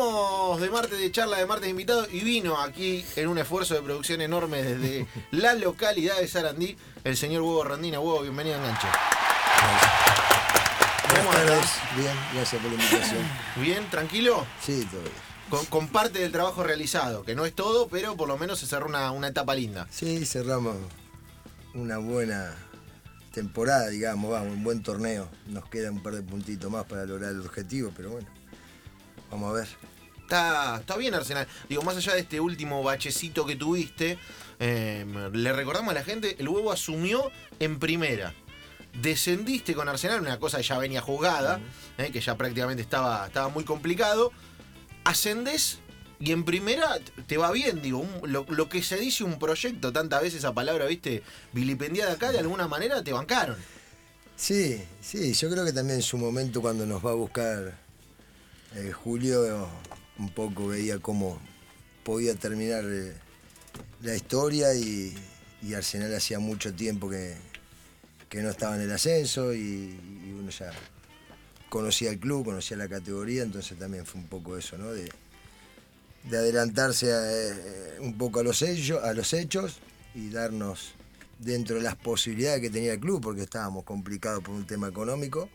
hablamos de martes de charla, de martes de invitado, y vino aquí en un esfuerzo de producción enorme desde la localidad de Sarandí, el señor Hugo Randina. Hugo, bienvenido a Enganche. ¿Cómo Buenas tardes. andás? Bien, gracias por la invitación. ¿Bien? ¿Tranquilo? Sí, todo bien. Con, con parte del trabajo realizado, que no es todo, pero por lo menos se cerró una, una etapa linda. Sí, cerramos una buena temporada, digamos, vamos, un buen torneo. Nos queda un par de puntitos más para lograr el objetivo, pero bueno, vamos a ver. Está, está bien Arsenal. Digo, más allá de este último bachecito que tuviste, eh, le recordamos a la gente, el huevo asumió en primera. Descendiste con Arsenal, una cosa que ya venía jugada, eh, que ya prácticamente estaba, estaba muy complicado. Ascendés y en primera te va bien, digo, un- lo, lo que se dice un proyecto, tantas veces esa palabra, viste, vilipendiada acá, de alguna manera te bancaron. Sí, sí, yo creo que también en su momento cuando nos va a buscar eh, Julio, un poco veía cómo podía terminar eh, la historia y, y Arsenal hacía mucho tiempo que, que no estaba en el ascenso y, y uno ya conocía el club, conocía la categoría, entonces también fue un poco eso, ¿no? De, de adelantarse a, eh, un poco a los, hechos, a los hechos y darnos dentro de las posibilidades que tenía el club, porque estábamos complicados por un tema económico,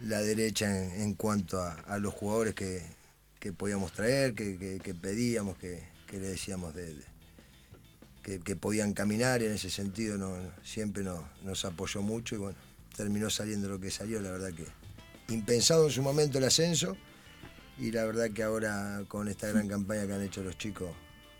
la derecha en, en cuanto a, a los jugadores que, que podíamos traer, que, que- que pedíamos, que, que le decíamos de, de- que, que podían caminar, y en ese sentido no, no- siempre nos, nos apoyó mucho y bueno, terminó saliendo lo que salió, la verdad que impensado en su momento el ascenso, y la verdad que ahora con esta gran campaña que han hecho los chicos,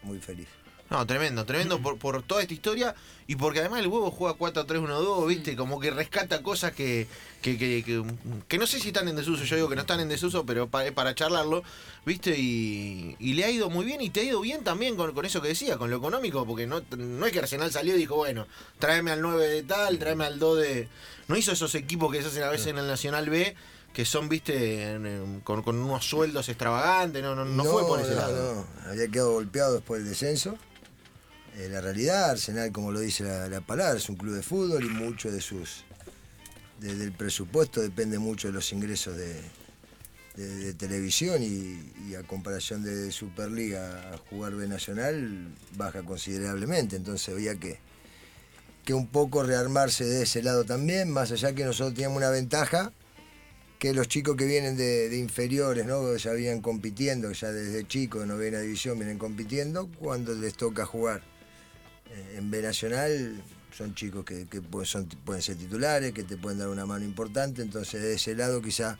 muy feliz. No, tremendo, tremendo por, por toda esta historia y porque además el huevo juega 4-3-1-2, ¿viste? Como que rescata cosas que, que, que, que- que no sé si están en desuso, yo digo que no están en desuso, pero para, para charlarlo, ¿viste? Y, y le ha ido muy bien y te ha ido bien también con, con eso que decía, con lo económico, porque no, no es que Arsenal salió y dijo, bueno, tráeme al 9 de tal, tráeme al 2 de... No hizo esos equipos que se hacen a veces en el Nacional B. Que son, viste, en- en- con, con unos sueldos extravagantes, no, no, no fue por ese no, lado. no. Había quedado golpeado después del descenso. Eh, la realidad, Arsenal, como lo dice la, la palabra, es un club de fútbol y mucho de sus. de- del presupuesto depende mucho de los ingresos de, de- de televisión y, y a comparación de Superliga a jugar B Nacional baja considerablemente. Entonces había que, que un poco rearmarse de ese lado también, más allá que nosotros teníamos una ventaja que los chicos que vienen de, de inferiores, ¿no? Ya vienen compitiendo, ya desde chicos, novena división, vienen compitiendo, cuando les toca jugar eh, en B Nacional, son chicos que, que pu- son- pueden ser titulares, que te pueden dar una mano importante, entonces de ese lado quizá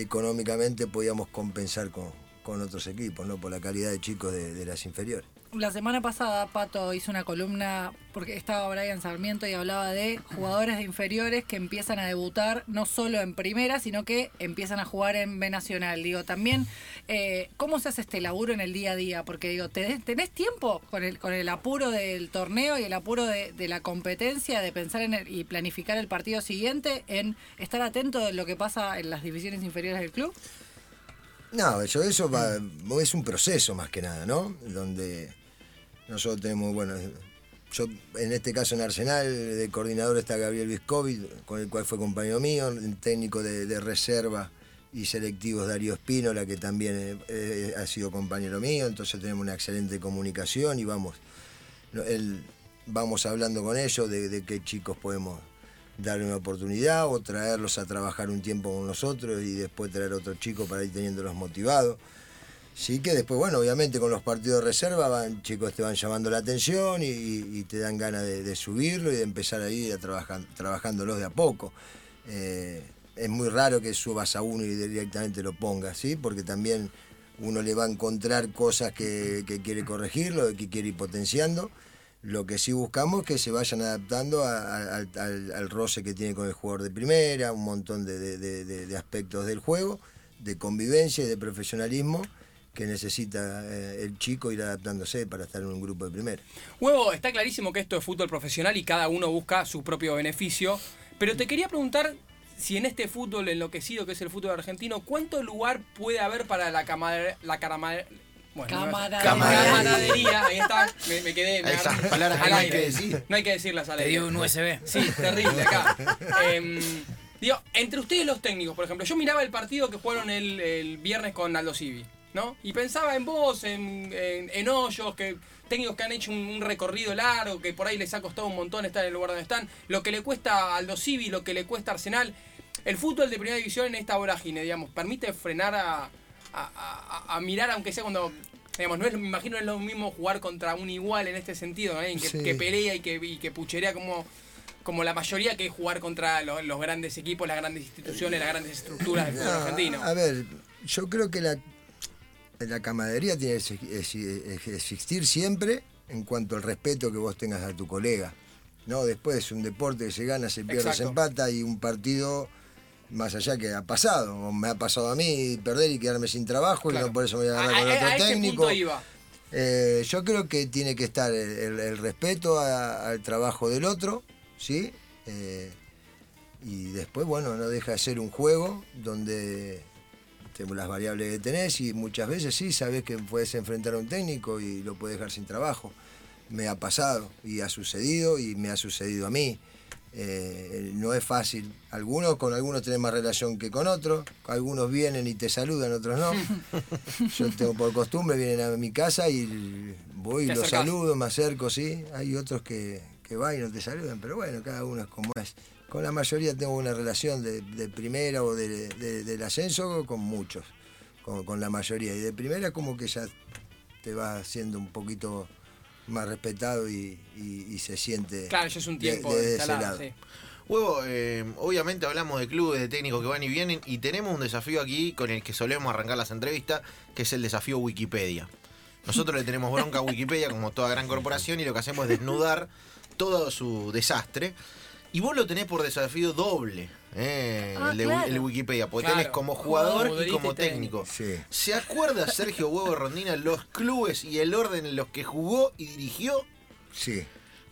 económicamente podíamos compensar con, con otros equipos, ¿no? Por la calidad de chicos de, de las inferiores. La semana pasada Pato hizo una columna porque estaba Brian Sarmiento y hablaba de jugadores de inferiores que empiezan a debutar no solo en primera, sino que empiezan a jugar en B Nacional. Digo, también, eh, ¿cómo se hace este laburo en el día a día? Porque digo, ¿tenés, tenés tiempo con el, con el apuro del torneo y el apuro de, de la competencia, de pensar en el- y planificar el partido siguiente, en estar atento de lo que pasa en las divisiones inferiores del club? No, eso, eso va- es un proceso más que nada, ¿no? Donde nosotros tenemos, bueno, yo en este caso en Arsenal, de coordinador está Gabriel Viscovi, con el cual fue compañero mío, el técnico de, de reserva y selectivos Darío Espínola, que también eh, eh, ha sido compañero mío, entonces tenemos una excelente comunicación y vamos no, él- vamos hablando con ellos de, de qué chicos podemos darle una oportunidad o traerlos a trabajar un tiempo con nosotros y después traer otro chico para ir teniéndolos motivados. Sí que después, bueno, obviamente con los partidos de reserva van, chicos te van llamando la atención y, y te dan ganas de, de subirlo y de empezar a ir a trabajar, trabajándolos de a poco. Eh, es muy raro que subas a uno y directamente lo pongas, ¿sí? Porque también uno le va a encontrar cosas que, que quiere corregirlo, que quiere ir potenciando. Lo que sí buscamos es que se vayan adaptando a- a- al, al- al roce que tiene con el jugador de primera, un montón de, de- de- de- de aspectos del juego, de convivencia y de profesionalismo que necesita eh, el chico ir adaptándose para estar en un grupo de primera. Huevo, está clarísimo que esto es fútbol profesional y cada uno busca su propio beneficio, pero te quería preguntar si en este fútbol enloquecido que es el fútbol argentino, ¿cuánto lugar puede haber para la camaradería? La camar- bueno, no me- Camaradería. camaradería, ahí está, me, me quedé. me Esas agarré palabras que al no hay aire. que decir. No hay que decirlas al Te aire. dio un USB. Sí, terrible acá. Em, digo, entre ustedes los técnicos, por ejemplo, yo miraba el partido que jugaron el, el viernes con Aldo Civi. ¿no? Y pensaba en vos, en, en, en hoyos, que técnicos que han hecho un, un recorrido largo, que por ahí les ha costado un montón estar en el lugar donde están, lo que le cuesta Aldo Civi, lo que le cuesta Arsenal. El fútbol de primera división en esta vorágine, digamos, permite frenar a, a- a- a mirar, aunque sea cuando. Digamos, no es, me imagino es lo mismo jugar contra un igual en este sentido, ¿no? En que, Sí. que pelea y que, y que pucherea como, como la mayoría que es jugar contra lo- los grandes equipos, las grandes instituciones, las grandes estructuras del fútbol No, argentino. Ah, A ver, yo creo que la, la camaradería tiene que ex- ex- existir siempre en cuanto al respeto que vos tengas a tu colega. No, después es un deporte que se gana, se pierde, se Exacto. empata y un partido más allá que ha pasado. o me ha pasado a mí perder y quedarme sin trabajo Claro. y no por eso me voy a A, ganar con a- otro a ese técnico. punto iba. Eh, yo creo que tiene que estar el, el- el respeto a- al trabajo del otro, ¿sí? Eh, y después, bueno, no deja de ser un juego donde tenemos las variables que tenés y muchas veces sí, sabés que puedes enfrentar a un técnico y lo puedes dejar sin trabajo. Me ha pasado y ha sucedido y me ha sucedido a mí. Eh, no es fácil. Algunos con algunos tenés más relación que con otros. Algunos vienen y te saludan, otros no. Yo tengo por costumbre, vienen a mi casa y voy y Te los acercás. saludo, me acerco, sí. Hay otros que, que van y no te saludan, pero bueno, cada uno es como es. Con la mayoría tengo una relación de, de primera o de- de- del ascenso con muchos, con, con la mayoría. Y de primera como que ya te vas haciendo un poquito más respetado y, y- y se siente... Claro, ya es un de- tiempo de- de ese instalado, lado. sí. Huevo, eh, obviamente hablamos de clubes, de técnicos que van y vienen y tenemos un desafío aquí con el que solemos arrancar las entrevistas, que es el desafío Wikipedia. Nosotros le tenemos bronca a Wikipedia como toda gran corporación y lo que hacemos es desnudar todo su desastre. Y vos lo tenés por desafío doble, eh, Ah, el, de, claro. el Wikipedia, porque Claro. tenés como jugador y Futbolista como y técnico. técnico. Sí. ¿Se acuerda Sergio Huevo Rondina los clubes y el orden en los que jugó y dirigió? Sí,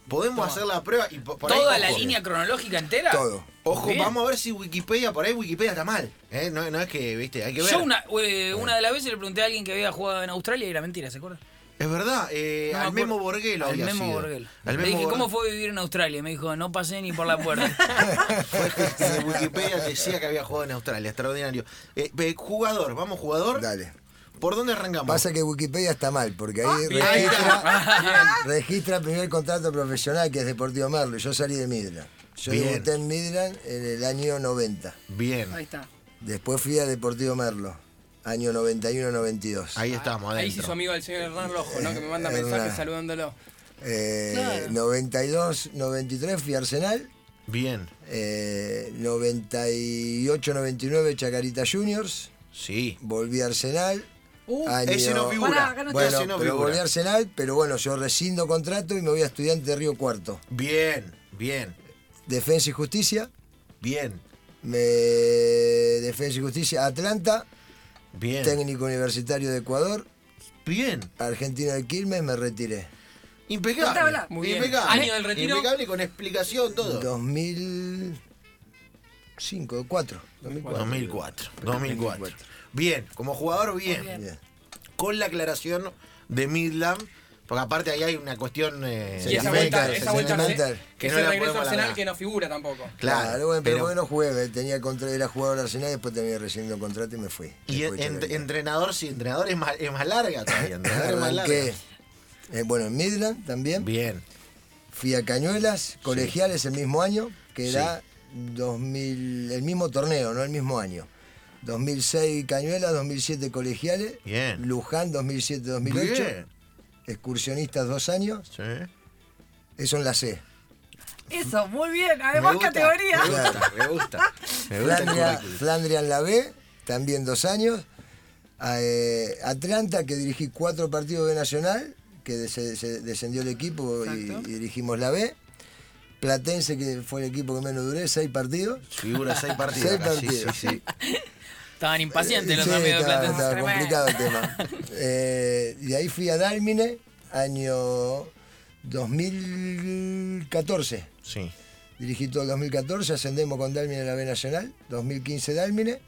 Podemos hacer la prueba y po- por ahí, ¿Toda la ojo. línea cronológica entera? todo. Ojo, Bien. vamos a ver si Wikipedia, por ahí Wikipedia está mal. ¿eh? No, no es que, viste, hay que ver. Yo una, eh, una de las veces le pregunté a alguien que había jugado en Australia y era mentira, ¿se acuerda? Es verdad, eh, No me al acuerdo. Memo Borguelo Al había Memo sido. Borghel. Al Le Memo dije, Borghel. ¿cómo fue vivir en Australia? Y Me dijo, no pasé ni por la puerta. Fue que Wikipedia decía que había jugado en Australia, extraordinario. Eh, eh, jugador, vamos jugador. Dale. ¿Por dónde arrancamos? Pasa que Wikipedia está mal, porque Ah, ahí bien. registra, registra el primer contrato profesional que es Deportivo Merlo. y Yo salí de Midland. Yo Bien. debuté en Midland en el año 90. Bien, Ahí está. Después fui a Deportivo Merlo, año 91-92. ahí estamos, Ahí adentro. sí su amigo el señor Hernán Rojo, ¿no? Que me manda Eh, mensajes Hernán. saludándolo. Eh, Claro. 92-93 fui a Arsenal. Bien, Eh, 98-99 Chacarita Juniors. sí. Volví a Arsenal. Uh, Año- ese no figura. Pará, acá no Bueno, ese no pero figura. volví a Arsenal, pero bueno, yo rescindo contrato y me voy a estudiante de Río Cuarto. Bien, bien, Defensa y Justicia, bien, me... Defensa y Justicia, Atlanta, bien. técnico universitario de Ecuador, Bien, Argentina de Quilmes, me retiré. impecable. Otra bola. Muy bien. Impecable. Año del retiro. Impecable con explicación todo. 2005, 4, 2004. 2004. 2004. Bien, como jugador, bien. Bien. Con la aclaración de Midland, porque aparte ahí hay una cuestión. eh, Y esa Sentimental, vuelta, esa vuelta al- sentimental. que Que es no el la regreso a podemos Arsenal alargar. que no figura tampoco. Claro, bueno, pero, pero- bueno, jueves, tenía contra, era jugador de Arsenal, después terminé rescindiendo contrato y me fui. Y Después de en- Chacarita. entrenador, sí, entrenador es más, es más larga todavía. Entrenador es más Arranqué, larga. eh, bueno, en Midland también. Bien, Fui a Cañuelas, colegiales el mismo año, que Sí. era 2000, el mismo torneo, no el mismo año. 2006 Cañuelas, 2007 colegiales, Bien. Luján 2007-2008, bien. excursionistas dos años, Sí. eso en la C. Eso, muy bien. Me Además, gusta, categoría. Me gusta, me gusta. Me gusta el Flandria, currículum. Flandria en la B, también dos años. A, eh, Atlanta, que dirigí cuatro partidos de Nacional, que de- se, se descendió el equipo y, Exacto. y dirigimos la B. Platense, que fue el equipo que menos duré, seis partidos. Figura seis partidos. Seis acá, sí, partidos. sí, sí. Estaban impacientes los Sí, amigos de estaba- Platense. estaba Tremendo. complicado el tema. Eh, y de ahí fui a Dalmine, año 2014. Sí. Dirigí todo el 2014, ascendemos con Dalmine a la B Nacional. 2015 Dalmine,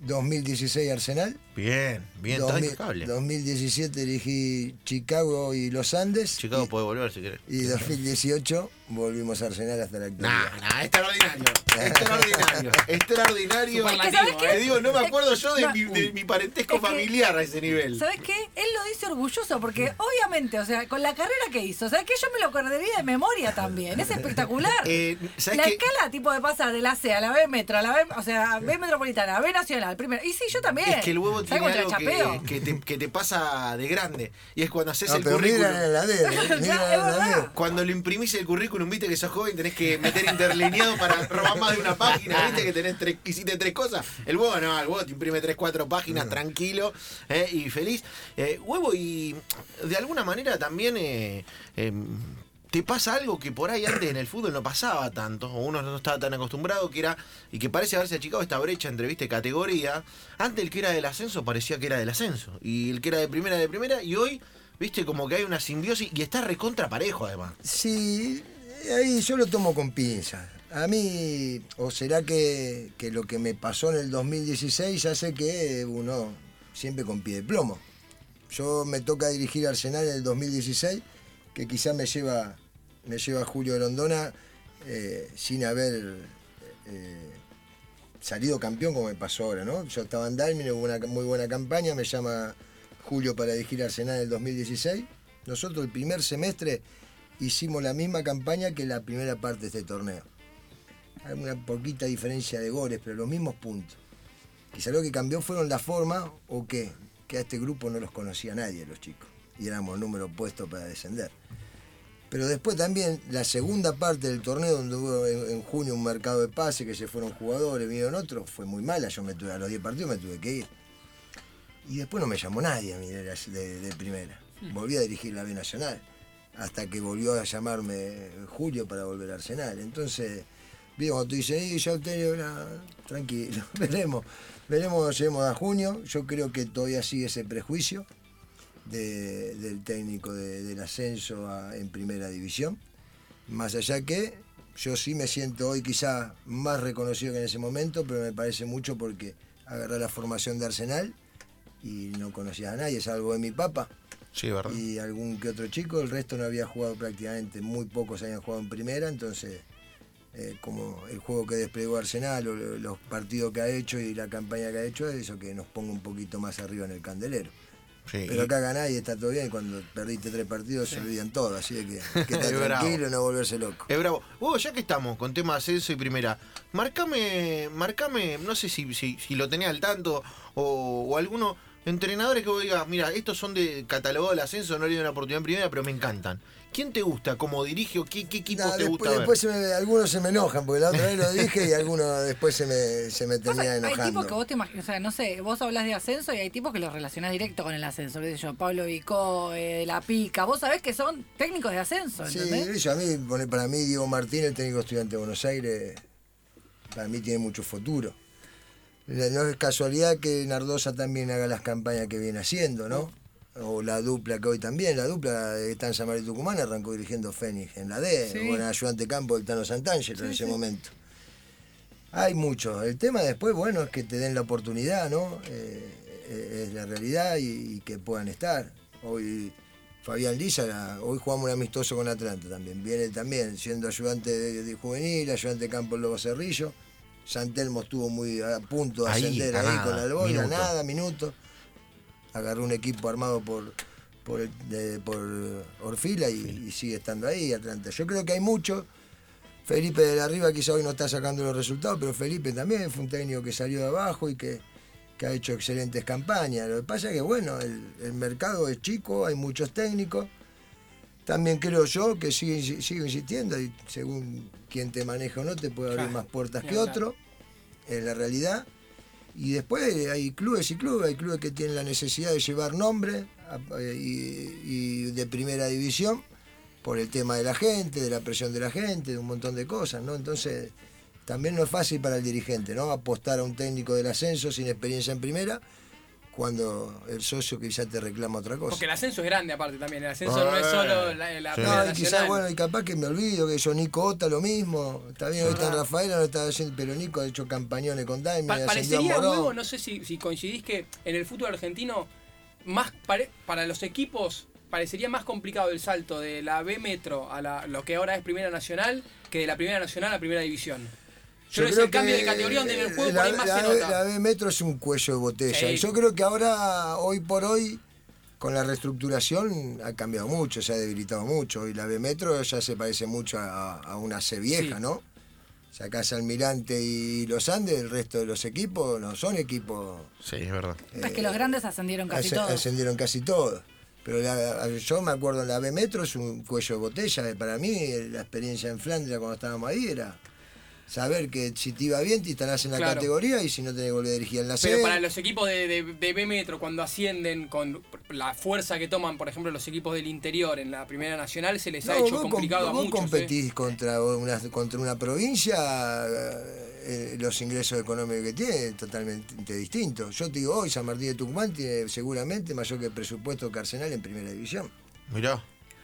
2016 Arsenal, Bien, bien, está 2000 impecable. 2017 dirigí Chicago y Los Andes. Chicago puede volver si querés. Y 2018 volvimos a Arsenal hasta la actualidad. Nah, este nah, extraordinario. Este extraordinario. extraordinario. Es que, ¿sabes qué? Te digo, no me acuerdo yo de, No. mi, de mi parentesco Es que- familiar a ese nivel. ¿Sabes qué? Él lo dice orgulloso porque obviamente, o sea, con la carrera que hizo, ¿sabes qué? Yo me lo acordaría de memoria también. Es espectacular. Eh, ¿sabes la qué? escala tipo de pasar de la C a la B metro, a la B, o sea, B metropolitana, a B nacional, primero. Y sí, yo también. Es que el huevo tiene ¿Sabes cuánto algo que, chapeo? que te, que te pasa de grande. Y es cuando haces No, el pero currículum. mira eh, la D, mira Claro, es la D. verdad. Cuando le imprimís el currículum, viste que sos joven, tenés que meter interlineado para robar más de una página, viste que tenés tres, que hiciste tres cosas. El huevo no, el huevo te imprime tres, cuatro páginas, tranquilo eh, y feliz. Eh, huevo, y de alguna manera también eh, eh, te pasa algo que por ahí antes en el fútbol no pasaba tanto, o uno no estaba tan acostumbrado, que era, y que parece haberse achicado esta brecha entre, viste, categoría. Antes el que era del ascenso parecía que era del ascenso, y el que era de primera, de primera, y hoy... Viste, como que hay una simbiosis y está recontra parejo además. Sí, ahí yo lo tomo con pinzas. A mí, o será que, que lo que me pasó en el 2016 hace que uno siempre con pie de plomo. Yo me toca dirigir Arsenal en el 2016, que quizá me lleva, me lleva Julio Grondona eh, sin haber eh, salido campeón como me pasó ahora, ¿no? Yo estaba en Dalmin, hubo una muy buena campaña, me llama Julio para dirigir Arsenal en el 2016. Nosotros el primer semestre hicimos la misma campaña que la primera parte de este torneo. Hay una poquita diferencia de goles, pero los mismos puntos. Quizá lo que cambió fueron la forma o qué, que a este grupo no los conocía nadie los chicos y éramos número opuesto para descender. Pero después también la segunda parte del torneo, donde hubo en, en junio un mercado de pases, que se fueron jugadores, vinieron otros, fue muy mala. Yo me tuve, a los 10 partidos me tuve que ir. Y después no me llamó nadie a mí de, la- de- de primera. Volví a dirigir la B Nacional, hasta que volvió a llamarme Julio para volver a Arsenal. Entonces, vio cuando tú dices, "Y, ya usted, no, tranquilo, veremos. Veremos cuando lleguemos a junio. Yo creo que todavía sigue ese prejuicio de- del técnico de- del ascenso a- en primera división. Más allá que yo sí me siento hoy quizá más reconocido que en ese momento, pero me parece mucho porque agarré la formación de Arsenal y no conocía a nadie, salvo de mi papá Sí, verdad. y algún que otro chico, el resto no había jugado prácticamente, muy pocos habían jugado en primera, entonces eh, como el juego que desplegó Arsenal, o lo- los partidos que ha hecho y la campaña que ha hecho, es eso que nos ponga un poquito más arriba en el candelero. Sí, Pero Eh, y- acá ganás y está todo bien, cuando perdiste tres partidos se olvidan todo, así que, que está Es bravo. Eh, tranquilo y no volverse loco. Es bravo. Hugo, ya que estamos con tema ascenso y primera, marcame, marcame, no sé si, si, si lo tenés al tanto o, o alguno, entrenadores que vos digas, mira, estos son de catalogado del ascenso, no le doy una oportunidad en primera, pero me encantan. ¿Quién te gusta? ¿Cómo dirige o qué, qué equipo Nah, te después gusta ver? después se me- algunos se me enojan, porque la otra vez lo dije y algunos después se me, se me Pasa que termina hay tipos enojando. que vos te imaginas, o sea, no sé, vos hablas de ascenso y hay tipos que los relacionás directo con el ascenso, qué sé yo, Pablo Vicó, eh, La Pica, vos sabés que son técnicos de ascenso, Sí, ¿entendés? eh, eso a mí, pone- para mí Diego Martínez, el técnico estudiante de Buenos Aires, para mí tiene mucho futuro. La- No es casualidad que Nardosa también haga las campañas que viene haciendo, ¿no? O la dupla que hoy también, la dupla de Tan Samar y Tucumán arrancó dirigiendo Fénix en la D, Sí. o en ayudante campo del Tano Santangelo en ese momento. Hay mucho. El tema después, bueno, es que te den la oportunidad, ¿no? Eh, eh, es la realidad y, y que puedan estar. Hoy Fabián Lisa, la- hoy jugamos un amistoso con Atlanta también. Viene también siendo ayudante de, de juvenil, ayudante de campo en Lobo Cerrillo. Santelmo estuvo muy a punto de Ahí, ascender a ahí nada, con la alboina, minuto. nada, minutos. Agarró un equipo armado por, por, el- de- por Orfila y, y sigue estando ahí, Atlanta. Yo creo que hay mucho. Felipe de la Riva quizá hoy no está sacando los resultados, pero Felipe también fue un técnico que salió de abajo y que, que ha hecho excelentes campañas. Lo que pasa es que, bueno, el, el mercado es chico, hay muchos técnicos. También creo yo que sigue, insi- sigo insistiendo y según quien te maneja o no, te puede abrir Claro, más puertas ni que hablar. otro, es la realidad. Y después hay clubes y clubes, hay clubes que tienen la necesidad de llevar nombre a- eh, y, y de primera división por el tema de la gente, de la presión de la gente, de un montón de cosas, ¿no? Entonces, también no es fácil para el dirigente, ¿no? Apostar a un técnico del ascenso sin experiencia en primera, cuando el socio que ya te reclama otra cosa. Porque el ascenso es grande aparte también, el ascenso no es Eh. solo la, la Sí. Primera No, y Ah, quizás, Nacional. bueno, y capaz que me olvido que yo, Nico Ota, lo mismo. Está bien, hoy está en Rafaela, no está haciendo, pero Nico ha hecho campañones con Daime, Pa- eh, ascendió a parecería Morón. huevo, no sé si, si coincidís que en el fútbol argentino, más pare- para los equipos, parecería más complicado el salto de la B Metro a la, lo que ahora es Primera Nacional que de la Primera Nacional a Primera División. Yo, creo que el cambio de categoría donde en el juego eh, la, por ahí más la se B- nota. la B Metro es un cuello de botella. Sí. Y Yo creo que ahora, hoy por hoy, con la reestructuración ha cambiado mucho, se ha debilitado mucho. Y la B Metro ya se parece mucho a, a una C vieja, Sí. ¿no? Sacás Almirante y los Andes, el resto de los equipos no son equipos. Sí, es verdad. Es que los grandes ascendieron casi Asce- todos. ascendieron casi todos. Pero la- yo me acuerdo en la B Metro es un cuello de botella. eh, Para mí, eh, la experiencia en Flandria cuando estábamos ahí era saber que si te iba bien, te instalás en la Claro. categoría y si no tenés que volver a dirigir en la C. Pero para los equipos de, de- de B Metro, cuando ascienden con la fuerza que toman, por ejemplo, los equipos del interior en la Primera Nacional, se les No, ha hecho vos com- complicado a vos muchos. ¿eh? competís contra una, contra una provincia, eh, los ingresos económicos que tiene totalmente distintos. Yo te digo, hoy San Martín de Tucumán tiene seguramente mayor que el presupuesto que Arsenal en primera división. Mirá,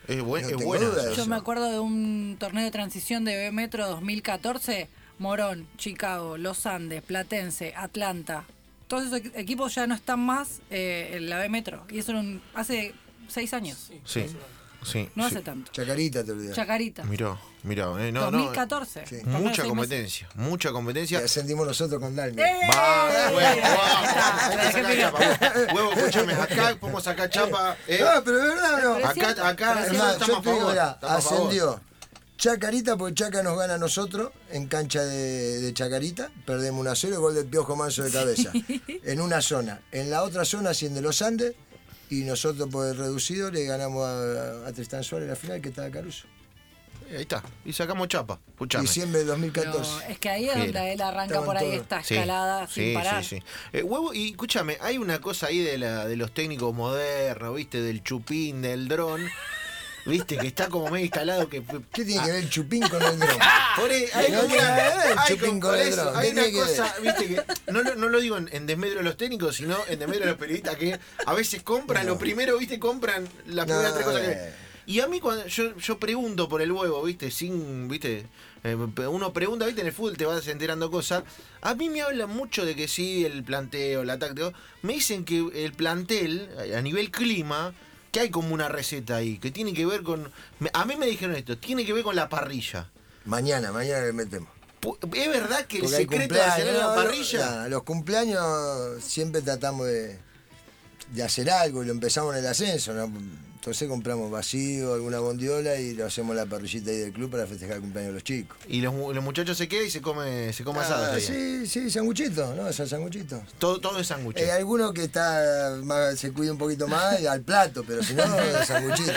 es, buen, No es tengo buena. duda de esa. Yo me acuerdo de un torneo de transición de B Metro 2014, Morón, Chicago, Los Andes, Platense, Atlanta. Todos esos equ- equipos ya no están más eh, en la B Metro. Y eso era un- hace seis años. Sí, sí. No sí. hace tanto. Chacarita, te olvidás. Chacarita. Mirá, mirá. eh, no, no, eh, 2014. Sí. Mucha torneo de seis meses. competencia, mucha Que competencia. ascendimos nosotros con Dalmi. Eh, Vamos, huevo, vamos, Ahí hay que está, sacar la chapa, huevo. Huevo, escúchame, acá podemos sacar chapa. eh. No, pero es verdad, no. Pero es Acá, cierto, acá, pero es Es no, cierto. estamos más, yo a te digo, favor, mirá, estamos a favor. ascendió. Chacarita, porque Chaca nos gana a nosotros en cancha de, de Chacarita. Perdemos 1 a 0 y gol del Piojo Manso de cabeza. En una zona. En la otra zona asciende los Andes. Y nosotros por el reducido le ganamos a, a Tristán Suárez la final que estaba Caruso. Eh, Ahí está, y sacamos chapa. Escuchame. Diciembre de Pero eh, 2014. es que ahí es Mira. donde él arranca Estaban por ahí todos. esta Sí, escalada sin parar. sí. Eh, huevo, y escúchame, hay una cosa ahí de, la, de los técnicos modernos, ¿viste? Del chupín, del dron. ¿Viste? Que está como medio instalado que... ¿Qué tiene que ver el chupín con el dron? Por e, ahí, hay No como tiene una- nada que ver el hay chupín como- con por el eso, dron, hay ¿qué una tiene que cosa, viste que no, lo- no lo digo en, en desmedro de los técnicos, sino en desmedro de los periodistas que a veces compran lo primero, viste, compran las No, primeras tres cosas que ven. eh. Y a mí cuando yo, yo pregunto por el huevo, viste, sin, viste, eh, pe- uno pregunta, viste, en el fútbol te vas enterando cosas. A mí me hablan mucho de que sí, el planteo, la táctica. Me dicen que el plantel, a a nivel clima, que hay como una receta ahí, que tiene que ver con... me- A mí me dijeron esto, tiene que ver con la parrilla. Mañana, mañana le metemos. Pu- ¿Es verdad que el Porque hay secreto de hacer cumpleaños, la no, parrilla? no, los cumpleaños siempre tratamos de, de hacer algo y lo empezamos en el ascenso. ¿no? Entonces compramos vacío, alguna bondiola y lo hacemos en la parrillita ahí del club para festejar el cumpleaños de los chicos. Y los, mu- los muchachos se quedan y se come, se come asado Ah, ese día. sí, sí, sanguchito, ¿no? Son sanguchitos. Todo, todo es sándwich. Hay alguno que está más- se cuida un poquito más y al plato, pero si no, sanguchito.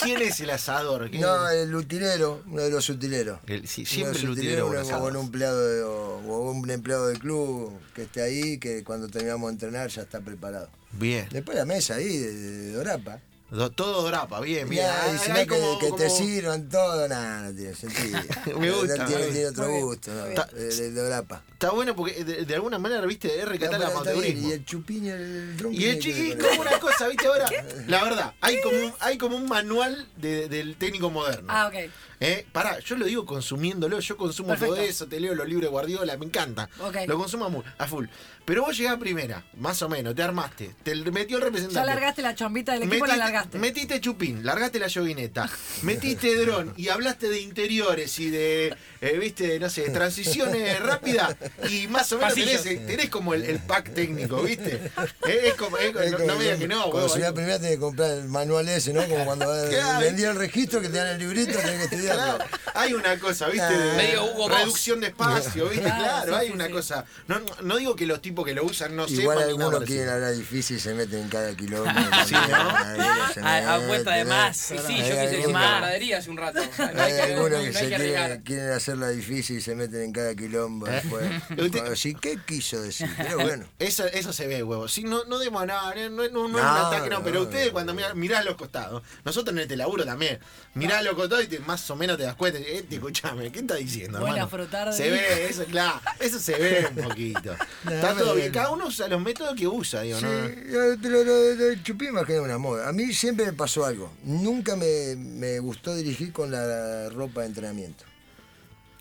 ¿Quién es el asador? ¿Quién- No, eh. el utilero, uno de los utileros. Eh. El- sí, Uno siempre de el los utilero utileros, bueno uno- o asado. un empleado de- o, o un empleado del club que esté ahí, que cuando terminamos de entrenar ya está preparado. Bien. Después la mesa ahí de, de Dorapa. Do- todo drapa, bien, bien. Mirá, y Eh, si Ah, no hay que, como- que te como- sirvan todo, nada, no tiene sentido. Me gusta, No tiene, me tiene otro gusto, no, Está- el, el Dorapa. Está bueno porque de, de alguna manera, viste, es recatar el Está- está bien, amateurismo. Y el chupín y el dron. Y el chiqui, como una cosa, viste, ahora, la verdad, hay como un, hay como un manual de- del técnico moderno. Ah, ok. Eh, pará, yo lo digo consumiéndolo, yo consumo Perfecto. todo eso, te leo los libros de Guardiola, me encanta. Ok. Lo consumo a mu- a full. Pero vos llegás primera, más o menos, te armaste, te metió el representante. Ya largaste la chombita del equipo, la largaste. metiste chupín, largaste la llovineta, metiste dron y hablaste de interiores y de, eh, viste, no sé, transiciones rápidas y más o menos tenés, eh, Pasillos. tenés como el, el pack técnico, viste. Eh, es como, es como- no, no me digas que no, Cuando huevo, subí ahí- la primera tenés que comprar el manual ese, ¿no? Como cuando Claro. vendí el registro que te dan el librito, tenés que estudiarlo. Claro, hay una cosa, ¿viste? Ah. De Medio Hugo Boss. reducción de espacio, ¿viste? Claro, Claro, sí, hay sí, una sí. cosa. No, no digo que los tipos que lo usan no Igual sepan ni nada algunos parecido. quieren hablar difícil y se meten en cada kilómetro. Sí, ¿no? Ahí, ahí, ahí. se me a- da- apuesta de te da- más. Sí, sí, hay yo quise decir algunos- más. Panadería hace un rato. O sea, no hay Hay que- algunos no- Eh, que no hay se que arriesgar. quieren, quieren hacerla difícil y se meten en cada quilombo después. Usted- Así, ¿qué quiso decir? Pero bueno. Eso, eso se ve, huevo. Sí, no, no demos nada, no, no, no, no es un No, ataque, no, no, pero no. ustedes cuando miran, mirás los costados, nosotros en este laburo también, mirás los costados y te- más o menos te das cuenta, este, escuchame, ¿qué está diciendo, Buena hermano? frotar de Se mí. ve, eso, claro, eso se ve un poquito. No, está pero todo bien, bueno. cada uno usa los métodos que usa, digo, Sí, ¿no? yo te lo, lo- lo chupé más que una moda. A mí siempre me pasó algo. Nunca me, me gustó dirigir con la ropa de entrenamiento.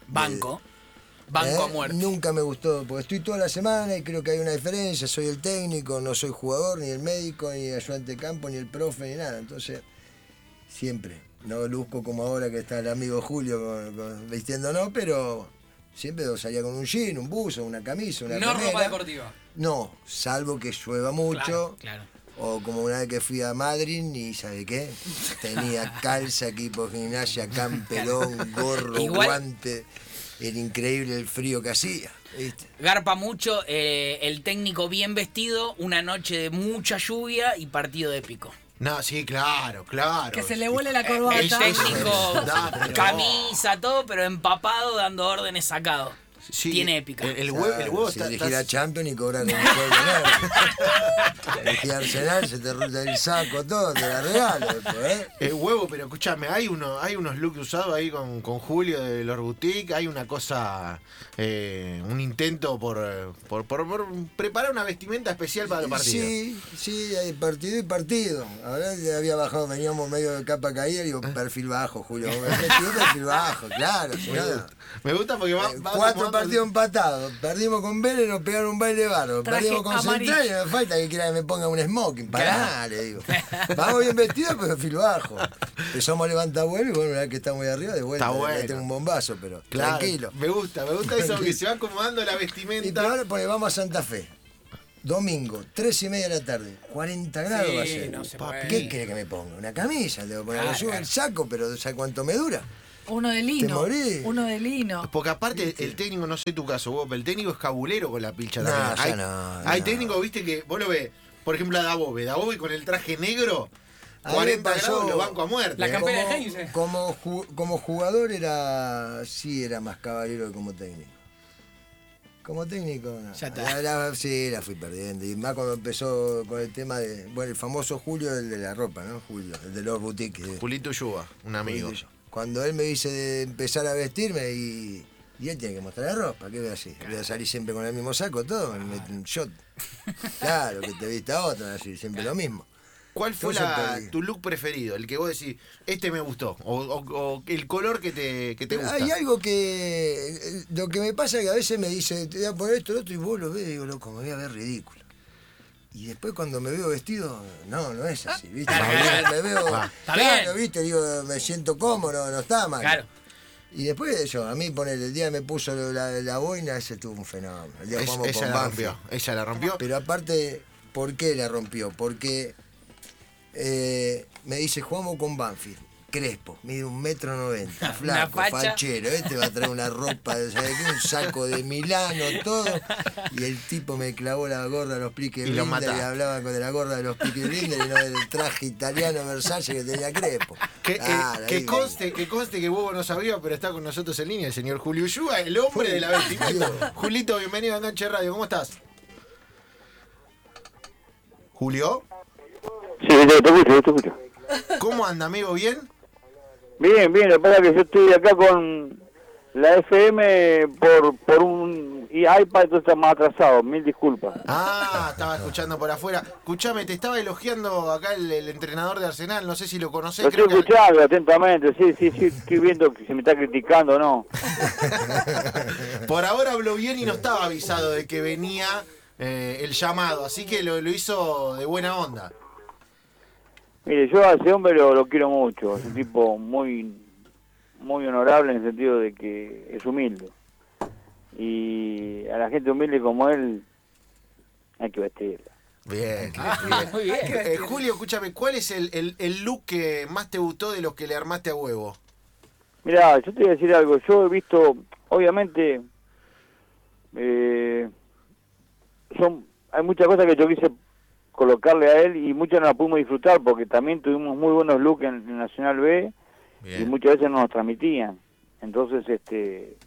Banco. Banco a ¿Eh? muerte. Nunca me gustó, porque estoy toda la semana y creo que hay una diferencia. Soy el técnico, no soy jugador, ni el médico, ni el ayudante de campo, ni el profe, ni nada. Entonces, siempre. No luzco como ahora que está el amigo Julio con- con- vistiéndonos, pero siempre salía con un jean, un buzo, una camisa, una No ropa remera. deportiva. No, salvo que llueva mucho. Claro, claro. O como una vez que fui a Madrid y ¿sabe qué? Tenía calza, equipo de gimnasia, camperón, gorro, Igual- guante. Era increíble el frío que hacía. ¿viste? Garpa mucho eh, el técnico bien vestido, una noche de mucha lluvia y partido épico. No, sí, claro, claro. Que se le vuele Eh, la El corbata. técnico, No, pero- camisa, todo, pero empapado, dando órdenes sacado. Sí, Tiene épica. El, el hue- el huevo si está, dirigir está- a Champions y cobrar un sueldo enorme. Dirigir a Arsenal, se te ruta el saco todo, te la regalo después, ¿eh? Eh, huevo, pero escúchame, hay uno, hay unos looks usados ahí con, con Julio de los Boutique, hay una cosa, eh, un intento por, eh, por, por- por preparar una vestimenta especial para el partido. Sí, sí, hay partido y partido. Ahora ya había bajado, veníamos medio de capa caída y digo, Ah. perfil bajo, Julio. vos me metiste perfil bajo, claro. Me claro. gusta, me gusta porque va, Eh, va Cuatro tomando- partidos empatados. Perdimos con Vélez, nos pegaron un baile barro. Traje Perdimos con amarillo. Central y no me falta que quiera que me ponga un smoking. Pará, le digo. Vamos bien vestidos, pero filo bajo. Empezamos a levantar vuelo y bueno, una vez que estamos ahí arriba, de vuelta, Está le bueno. metemos un bombazo, pero Claro, tranquilo. Me gusta, me gusta eso que se va acomodando la Y pero vestimenta. ahora pone, vamos a Santa Fe. Domingo, tres y media de la tarde, 40 grados va a ser. no se Papi, puede. ¿Qué quiere que me ponga? Una camisa, le voy a poner, Claro, me subo claro. el saco, pero ¿sabes cuánto me dura? Uno de Te lino. morís. Uno de lino. Porque aparte el técnico, no sé tu caso, vos, pero el técnico es cabulero con la pilcha No, también. ya Hay, no, hay no. técnicos, viste, que vos lo ves, por ejemplo a Dabove, Dabove con el traje negro, A mí 40 me pasó- grados lo banco a muerte. La ¿eh? campera de como, Heinze. como ju- como jugador era sí era más caballero que como técnico. Como técnico, no. Ya está. La- la- sí, la fui perdiendo. Y más cuando empezó con el tema de. Bueno, el famoso Julio, el de la ropa, ¿no? Julio, el de los boutiques. eh. Julito Yuba, un amigo. Cuando él me dice de empezar a vestirme y. y él tiene que mostrar la ropa, ¿qué voy a hacer? Voy a salir siempre con el mismo saco, todo, me meto un shot. Claro, que te vista otro, así, siempre lo mismo. ¿Cuál fue Yo la- siempre- tu look preferido? El que vos decís, este me gustó. O, o- o el color que te, que te Pero gusta. Hay algo que. eh, Lo que me pasa es que a veces me dice, te voy a poner esto, lo otro, y vos lo ves, y digo, loco, me voy a ver ridículo. Y después cuando me veo vestido, no, no es así, ¿viste? Claro, me, claro. me veo. Ah, está claro, bien. ¿viste? Digo, me siento cómodo, no está mal. Claro. Y después de eso, a mí poner el día que me puso la, la boina, ese tuvo un fenómeno. El día que Es- jugamos ella con la Banfield. rompió. Ella la rompió. Pero aparte, ¿por qué la rompió? Porque eh, me dice, jugamos con Banfield. Crespo, mide un metro noventa, flaco, facha. fachero, este va a traer una ropa, ¿sabe qué? un saco de Milano, todo. Y el tipo me clavó la gorra de los pliques Y lo Blinder y mataste. hablaba con la gorra de los pliques Blinder y no del traje italiano Versace que tenía Crespo. Que, eh, Claro, que ahí me- conste, que conste que Bobo no sabía, pero está con nosotros en línea el señor Julio Yuba, el hombre de la vestimenta. Julito, bienvenido a Enganche Radio. ¿Cómo estás? Julio, Sí, yo te escucho, yo te escucho. ¿cómo anda, amigo? ¿Bien? Bien, bien, lo que pasa es que yo estoy acá con la FM por, por un y iPad, entonces está más atrasado, mil disculpas. Ah, estaba escuchando por afuera. Escuchame, te estaba elogiando acá el, el entrenador de Arsenal, no sé si lo conocés. Lo estoy creo que- escuchando atentamente, sí, sí, sí, estoy viendo que se me está criticando o no. Por ahora habló bien y no estaba avisado de que venía eh, el llamado, así que lo, lo hizo de buena onda. Mire, yo a ese hombre lo, lo quiero mucho, es un tipo muy, muy honorable en el sentido de que es humilde. Y a la gente humilde como él hay que vestirla. Ah, Bien. Muy bien. Eh, Julio, escúchame, ¿cuál es el, el- el look que más te gustó de los que le armaste a huevo? Mirá, yo te voy a decir algo. Yo he visto, obviamente, eh, son, hay muchas cosas que yo quise colocarle a él y muchas no la pudimos disfrutar porque también tuvimos muy buenos looks en, en Nacional B y Bien. muchas veces no nos transmitían. Entonces, este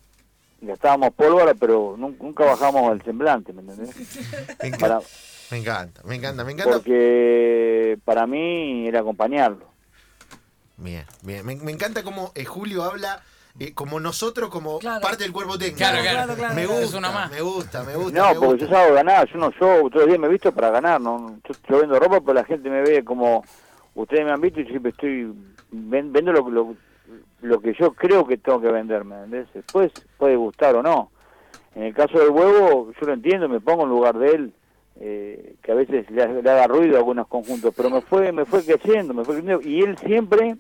gastábamos pólvora, pero nun- nunca bajamos el semblante, ¿me entendés? Me encanta, Para- me encanta, me encanta. me encanta. porque para mí era acompañarlo. Bien, bien. Me, me encanta cómo eh, Julio habla eh, como nosotros, como Claro. parte del cuerpo técnico. Claro, claro. Me claro. Es gusta, una más. me gusta, me gusta. No, me porque gusta. yo sabo ganar, yo no, yo todos los días me he visto para ganar, no, yo, yo vendo ropa, pero la gente me ve como, ustedes me han visto y yo siempre estoy, ven- vendo lo, lo, lo que yo creo que tengo que vender, ¿me entendés? Después puede gustar o no. En el caso del huevo, yo lo entiendo, me pongo en lugar de él, eh, que a veces le, ha- le haga ruido a algunos conjuntos, pero me fue, me fue creciendo, me fue creciendo, y él siempre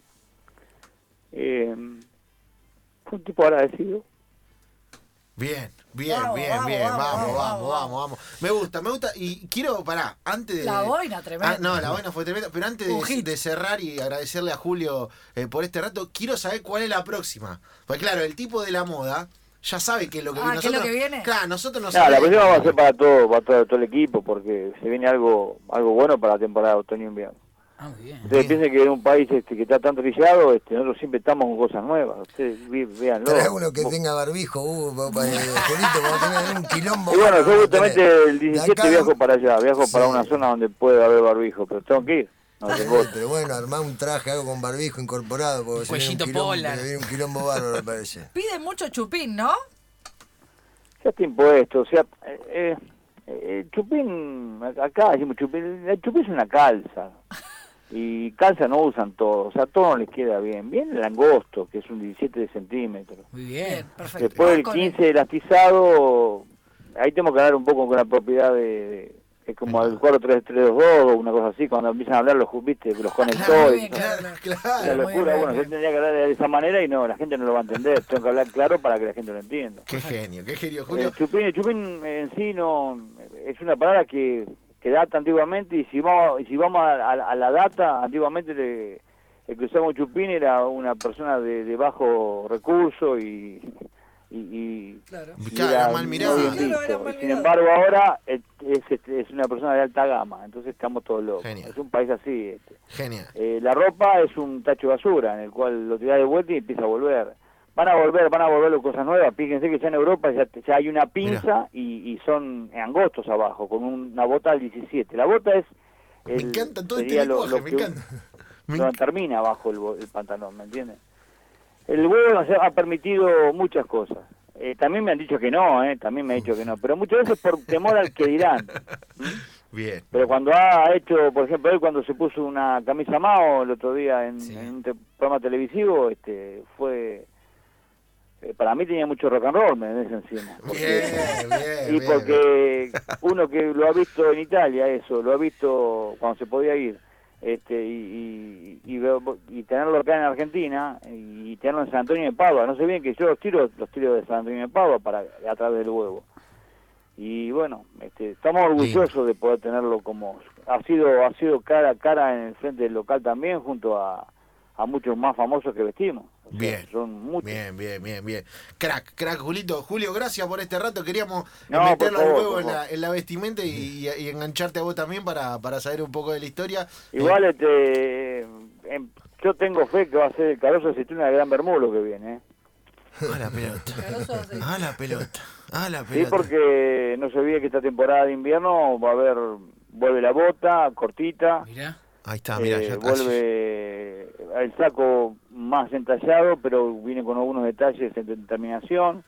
eh, fue un tipo agradecido. Bien, bien, Vamos, bien, vamos, bien. Vamos, vamos, vamos, vamos, vamos, vamos, Me gusta, me gusta. Y quiero, pará, antes de. La boina tremenda. Ah, no, la boina fue tremenda. Pero antes Un de, hit. de cerrar y agradecerle a Julio eh, por este rato, quiero saber cuál es la próxima. Porque, claro, el tipo de la moda ya sabe que lo que Ah, ¿qué es lo que viene? Claro, nosotros no No, la sabemos. próxima vamos a hacer para todo, para todo, todo el equipo, porque se viene algo algo bueno para la temporada de otoño e invierno. Ah, muy bien. Ustedes piensen que en un país este, que está tan trillado, este, nosotros siempre estamos con cosas nuevas. Ustedes vi- véanlo. Trae uno que Bu- tenga barbijo, uh, pa- pa- eh, Julito, vamos a tener un quilombo. Y bueno, yo vamos a justamente tener. el De 17 acá- viajo para allá, viajo para Sí. una zona donde puede haber barbijo, pero tengo que ir. No tengo Eh, otra. Pero bueno, armá un traje, algo con barbijo incorporado. Porque se viene Cuellito un quilombo, polar. se viene un quilombo bárbaro, me parece. Pide mucho chupín, ¿no? Ya está impuesto, o sea, eh, eh, eh, chupín, acá decimos chupín, el chupín es una calza. Y calza no usan todos, o sea, a todos no les queda bien. Bien el angosto, que es un 17 de centímetros. Muy Bien, bien. perfecto. Después el Con el- 15 elastizado, ahí tenemos que hablar un poco con la propiedad de... de- es como el 4-3-3-2 o una cosa así, cuando empiezan a hablar los, ju- viste, los Muy conectores. bien, Ah, claro. Claro. La Muy locura, bien, bueno, yo bien. tendría que hablar de esa manera y no, la gente no lo va a entender. Tengo que hablar claro para que la gente lo entienda. Qué genio, qué genio, El Julio. Eh, chupín, el chupín en sí no es una palabra que, que data antiguamente y si vamos, y si vamos a, a- a la data, antiguamente le- el que usaba un chupín era una persona de, de bajo recurso y, y, y- Claro. y Claro, era mal mirado. muy bien Claro, visto. era mal Sin mirado. embargo, ahora es, es, este, es una persona de alta gama, entonces estamos todos locos. Genial. Es un país así. este. Genial. Eh, la ropa es un tacho de basura en el cual lo tirás de vuelta y empieza a volver. Van a volver, van a volver las cosas nuevas. Fíjense que ya en Europa ya, ya hay una pinza y, y son angostos abajo, con una bota al 17. La bota es... Me el- encanta todo este sería lo- lenguaje, lo me que- encanta. Me no encanta. termina abajo el, bo- el pantalón, ¿me entiendes? El huevo nos ha permitido muchas cosas. Eh, también me han dicho que no, ¿eh? También me han dicho que no. Pero muchas veces por temor al que dirán. Bien. Pero cuando ha hecho, por ejemplo, él cuando se puso una camisa Mao el otro día en, Sí. en un te- programa televisivo, este, fue... eh, Para mí tenía mucho rock and roll, me ves encima. Porque- Bien, bien. y bien. porque uno que lo ha visto en Italia, eso, lo ha visto cuando se podía ir, este, y, y, y veo- y tenerlo acá en Argentina y tenerlo en San Antonio de Padua. No sé bien que yo los tiro, los tiro de San Antonio de Padua para, a través del huevo. Y bueno, este, estamos orgullosos de poder tenerlo como ha sido ha sido cara a cara en el frente del local también junto a, a muchos más famosos que vestimos. O sea, Bien. Son muchos. Bien, bien, bien, bien. Crack, crack, Julito. Julio, gracias por este rato. Queríamos eh, No, por meterlo al favor, huevo por en la, en la vestimenta y, y- y engancharte a vos también para, para saber un poco de la historia. Igual este, em, yo tengo fe que va a ser el carozo de una de Gran Bermúdez lo que viene. ¿eh? A la pelota. Carozo, sí. A la pelota. A la Sí, pelota. porque no se olvide que esta temporada de invierno va a haber, vuelve la bota cortita, Mirá. Ahí está, mira, eh, ya está. vuelve el saco más entallado, pero viene con algunos detalles en determinación.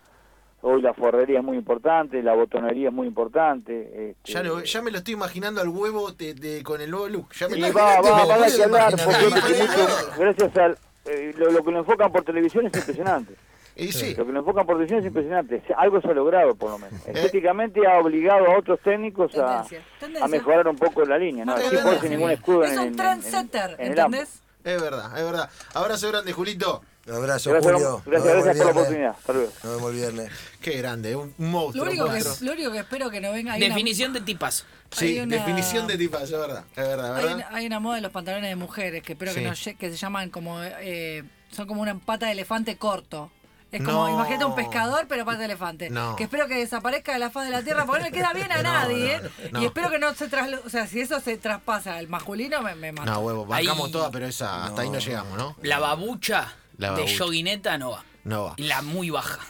Hoy la forrería es muy importante, la botonería es muy importante. este, Ya, lo- ya me lo estoy imaginando al huevo de- de- con el nuevo look. Ya me Y lo- va, va, va a dar que hablar, porque imaginar. porque mucho- gracias al... eh, lo, lo que lo enfocan por televisión es impresionante. Y sí, Lo que lo enfocan por televisión es impresionante. Se- Algo se ha logrado, por lo menos. Eh. Estéticamente ha obligado a otros técnicos a, Tendencia, a tendencia. mejorar un poco la línea. No, No, el tendencia. tipo sin ningún escudo en Es el- un en- trendsetter, en- en el ámbito. ¿entendés? es verdad, es verdad. Abrazo grande, Julito. Abrazo, Gracias, Julio. gracias, Nos vemos gracias por el la viernes. oportunidad. Hasta luego. Nos vemos el viernes. Qué grande, un monstruo. Lo único, un que, monstruo. lo único que espero que no venga. Hay, una, Definición de tipazo. Sí, hay una- definición de tipas, es verdad, es verdad, hay, ¿verdad? una, hay una moda de los pantalones de mujeres que espero Sí. que, no lle- que se llaman como. eh, son como una pata de elefante corto. Es como, No. imagínate un pescador, pero pata de elefante. No. Que espero que desaparezca de la faz de la tierra, porque no le queda bien a No, nadie. no, ¿eh? no, no. Y espero que no se tras... O sea, si eso se traspasa al masculino, me, me mata. No, huevo, bancamos Ahí- toda, pero esa, hasta ahí no llegamos, ¿no? La babucha La de babucha. yoguineta no va. No va. La muy baja.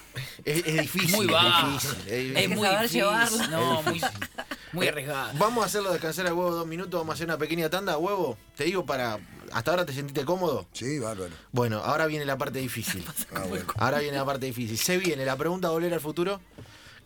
Es, es difícil. Muy es baja. difícil, es Es, difícil. muy saber difícil. llevarla. No, muy, muy Eh, arriesgada. Vamos a hacerlo descansar a huevo dos minutos, vamos a hacer una pequeña tanda, huevo. Te digo para. ¿Hasta ahora te sentiste cómodo? Sí, bárbaro. Bueno, ahora viene la parte difícil. Ah, bueno. Ahora viene la parte difícil. Se viene la pregunta volver al futuro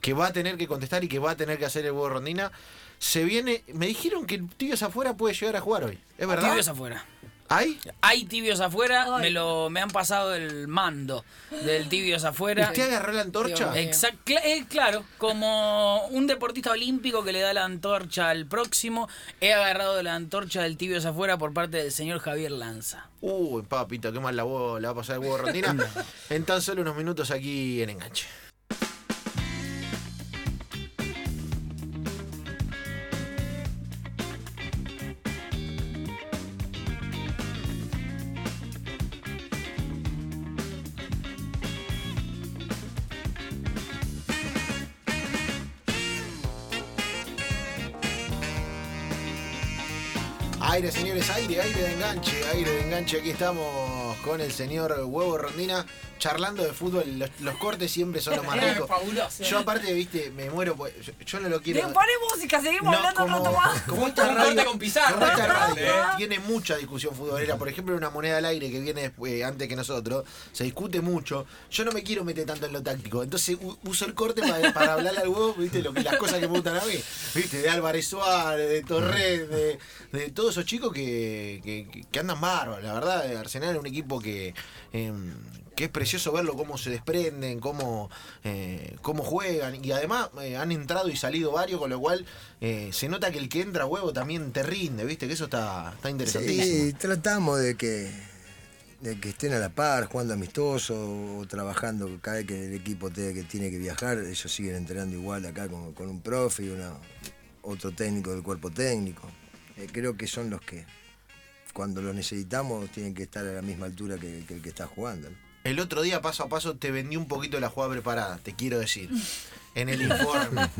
que va a tener que contestar y que va a tener que hacer el huevo rondina. Se viene. Me dijeron que tibios afuera puede llegar a jugar hoy. ¿Es verdad? Tibios afuera. ¿Hay? Hay tibios afuera, Ay. me lo me han pasado el mando del tibios afuera. ¿Usted agarró la antorcha? Dios. Exact- cla- eh, claro, como un deportista olímpico que le da la antorcha al próximo, he agarrado la antorcha del tibios afuera por parte del señor Javier Lanza. Uy, papito, qué mal la, huevo- la va a pasar el huevo rondina. en tan solo unos minutos aquí en Enganche. Aire, señores, aire, aire de enganche, aire de enganche. Aquí estamos con el señor Huevo Rondina charlando de fútbol. Los, los cortes siempre son los más Eh, ricos. fabuloso. Yo aparte, viste, me muero. por- Yo, yo no lo quiero. Bien, Poné música, seguimos No, hablando un como- rato más. como Un corte con Pizarro. como esta radio Eh. tiene mucha discusión futbolera. Por ejemplo, una moneda al aire que viene después, antes que nosotros, se discute mucho. Yo no me quiero meter tanto en lo táctico. Entonces u- uso el corte para, para hablarle al huevo, viste, lo que, las cosas que me gustan a mí. Viste, de Álvarez Suárez, de Torres, de, de todos esos chicos que, eh, que- que andan bárbaros. La verdad, Arsenal es un equipo que. em, que es precioso verlo cómo se desprenden, cómo, eh, cómo juegan. Y además eh, han entrado y salido varios, con lo cual eh, se nota que el que entra huevo también te rinde, ¿viste? Que eso está, está interesantísimo. Sí, tratamos de que, de que estén a la par, jugando amistoso o trabajando. Cada vez que el equipo te- que tiene que viajar, ellos siguen entrenando igual acá con, con un profe y una- otro técnico del cuerpo técnico. Eh, creo que son los que, cuando los necesitamos, tienen que estar a la misma altura que, que el que está jugando. ¿no? El otro día, paso a paso, te vendí un poquito la jugada preparada, te quiero decir. En el informe.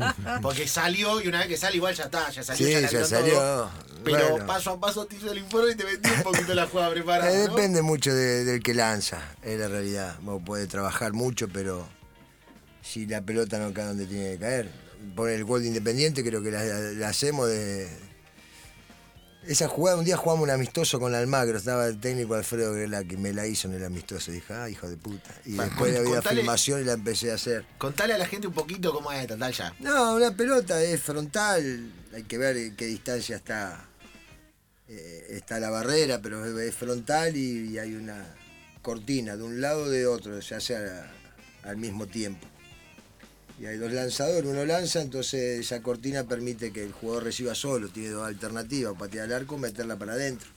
Porque salió y una vez que sale, igual ya está, ya salió. Sí, la ya entró salió. todo. Pero Bueno. paso a paso te hizo el informe y te vendí un poquito la jugada preparada. Eh, ¿no? depende mucho de- del que lanza, es la realidad. Vos podés trabajar mucho, pero si la pelota no cae donde tiene que caer. Por el gol de Independiente creo que la, la- la hacemos de... Esa jugada, un día jugamos un amistoso con Almagro, estaba el técnico Alfredo Grela que me la hizo en el amistoso. Dije, ah, hijo de puta. Y Pa, después con- había contale- filmación y la empecé a hacer. Contale a la gente un poquito cómo es esta, tal ya. No, una pelota es frontal, hay que ver en qué distancia está eh, está la barrera, pero es, es frontal y, y hay una cortina de un lado o de otro, se hace a- al mismo tiempo. Y hay dos lanzadores, uno lanza, entonces esa cortina permite que el jugador reciba solo, tiene dos alternativas, patear al arco o meterla para adentro,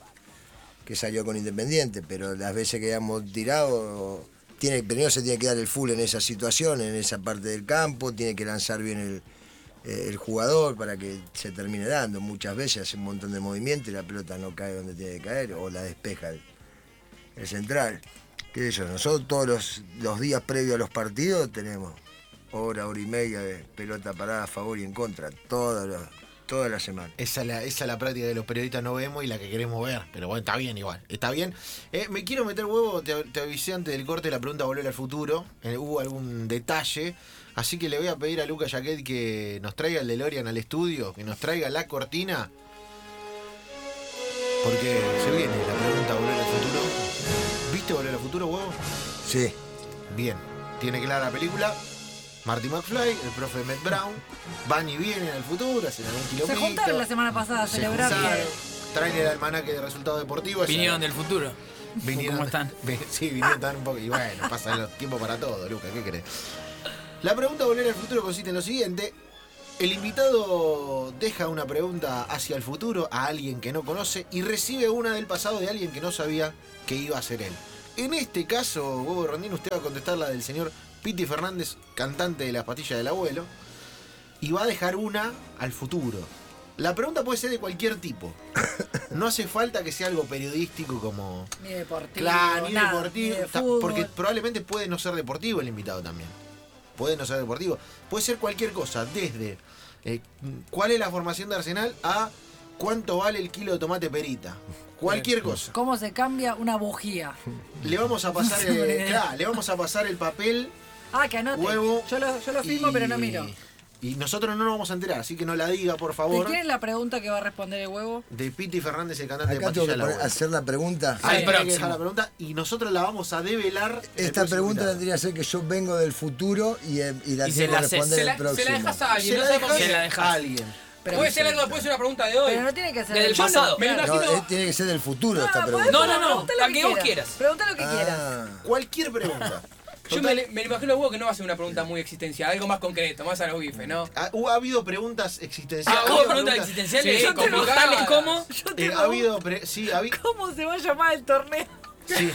que salió con Independiente, pero las veces que hemos tirado, tiene, primero se tiene que dar el full en esa situación, en esa parte del campo, tiene que lanzar bien el, eh, el jugador para que se termine dando. Muchas veces hace un montón de movimiento y la pelota no cae donde tiene que caer o la despeja el, el central. ¿Qué sé yo? Nosotros todos los, los días previos a los partidos tenemos hora, hora y media de pelota parada a favor y en contra, todas las toda la semana. Esa es la, esa es la práctica que los periodistas no vemos y la que queremos ver. Pero bueno, está bien igual. Está bien. Eh, me quiero meter huevo, te, te avisé antes del corte la pregunta volver al futuro. Eh, hubo algún detalle. Así que le voy a pedir a Luca Jaquet que nos traiga el DeLorean al estudio, que nos traiga la cortina. Porque se viene la pregunta volver al futuro. ¿Viste volver al futuro, huevo? Sí, Bien, tiene clara la película. Marty McFly, el profe Matt Brown, van y vienen al futuro, hacen algún Se kilómetro. juntaron la semana pasada a Se celebrar juntaron, que. Traen el almanaque de resultados deportivos. Vinieron del futuro. Vinieron- ¿Cómo están? Ven- Sí, vinieron tan un poco. Y bueno, pasa los tiempos para todo, Lucas, ¿qué crees? La pregunta Volver al futuro consiste en lo siguiente. El invitado deja una pregunta hacia el futuro a alguien que no conoce y recibe una del pasado de alguien que no sabía que iba a ser él. En este caso, Huevo Rondín, usted va a contestar la del señor Piti Fernández, cantante de Las Pastillas del Abuelo, y va a dejar una al futuro. La pregunta puede ser de cualquier tipo. No hace falta que sea algo periodístico como. Ni deportivo. Claro, ni nada, deportivo. ni de ta- fútbol. porque probablemente puede no ser deportivo el invitado también. Puede no ser deportivo. Puede ser cualquier cosa, desde eh, cuál es la formación de Arsenal a cuánto vale el kilo de tomate perita. Cualquier cosa. ¿Cómo se cambia una bujía? Le vamos a pasar, Sí. eh, claro, le vamos a pasar el papel, Ah, que anote. huevo. yo lo, yo lo firmo, y- pero no miro. Y nosotros no nos vamos a enterar, así que no la diga, por ¿Te favor. quieren la pregunta que va a responder el huevo? De Piti Fernández, el cantante de Acá tengo Pastilla que de la Ah, poner- Abuela. hacer la pregunta. Ahí tiene que próximo. dejar la pregunta y nosotros la vamos a develar. en el Esta próximo pregunta invitado. tendría que ser que yo vengo del futuro y, eh, y la Y se tengo la que hace- responder Se la, el próximo. se la dejas a alguien, Se no la sabemos dejas quién. Se la a dejas. alguien. Puede ser algo después de una pregunta de hoy. Pero no tiene que ser Desde del- el pasado. Me Claro. No, imagino- eh, tiene que ser del futuro esta Ah, podés pregunta. No, no, no, preguntar lo la que que vos quieras. quieras. Pregunta lo que quieras. Ah, Cualquier pregunta. Yo me, me imagino a Hugo que no va a ser una pregunta muy existencial, algo más concreto, más a los bifes, ¿no? Ha, hubo- ha habido preguntas existenciales. Ah, ha hubo habido preguntas existenciales Sí, como complicadas. tales como. Yo eh, tengo ha habido. pre- sí, ha habido. un- ¿Cómo se va a llamar el torneo? Sí.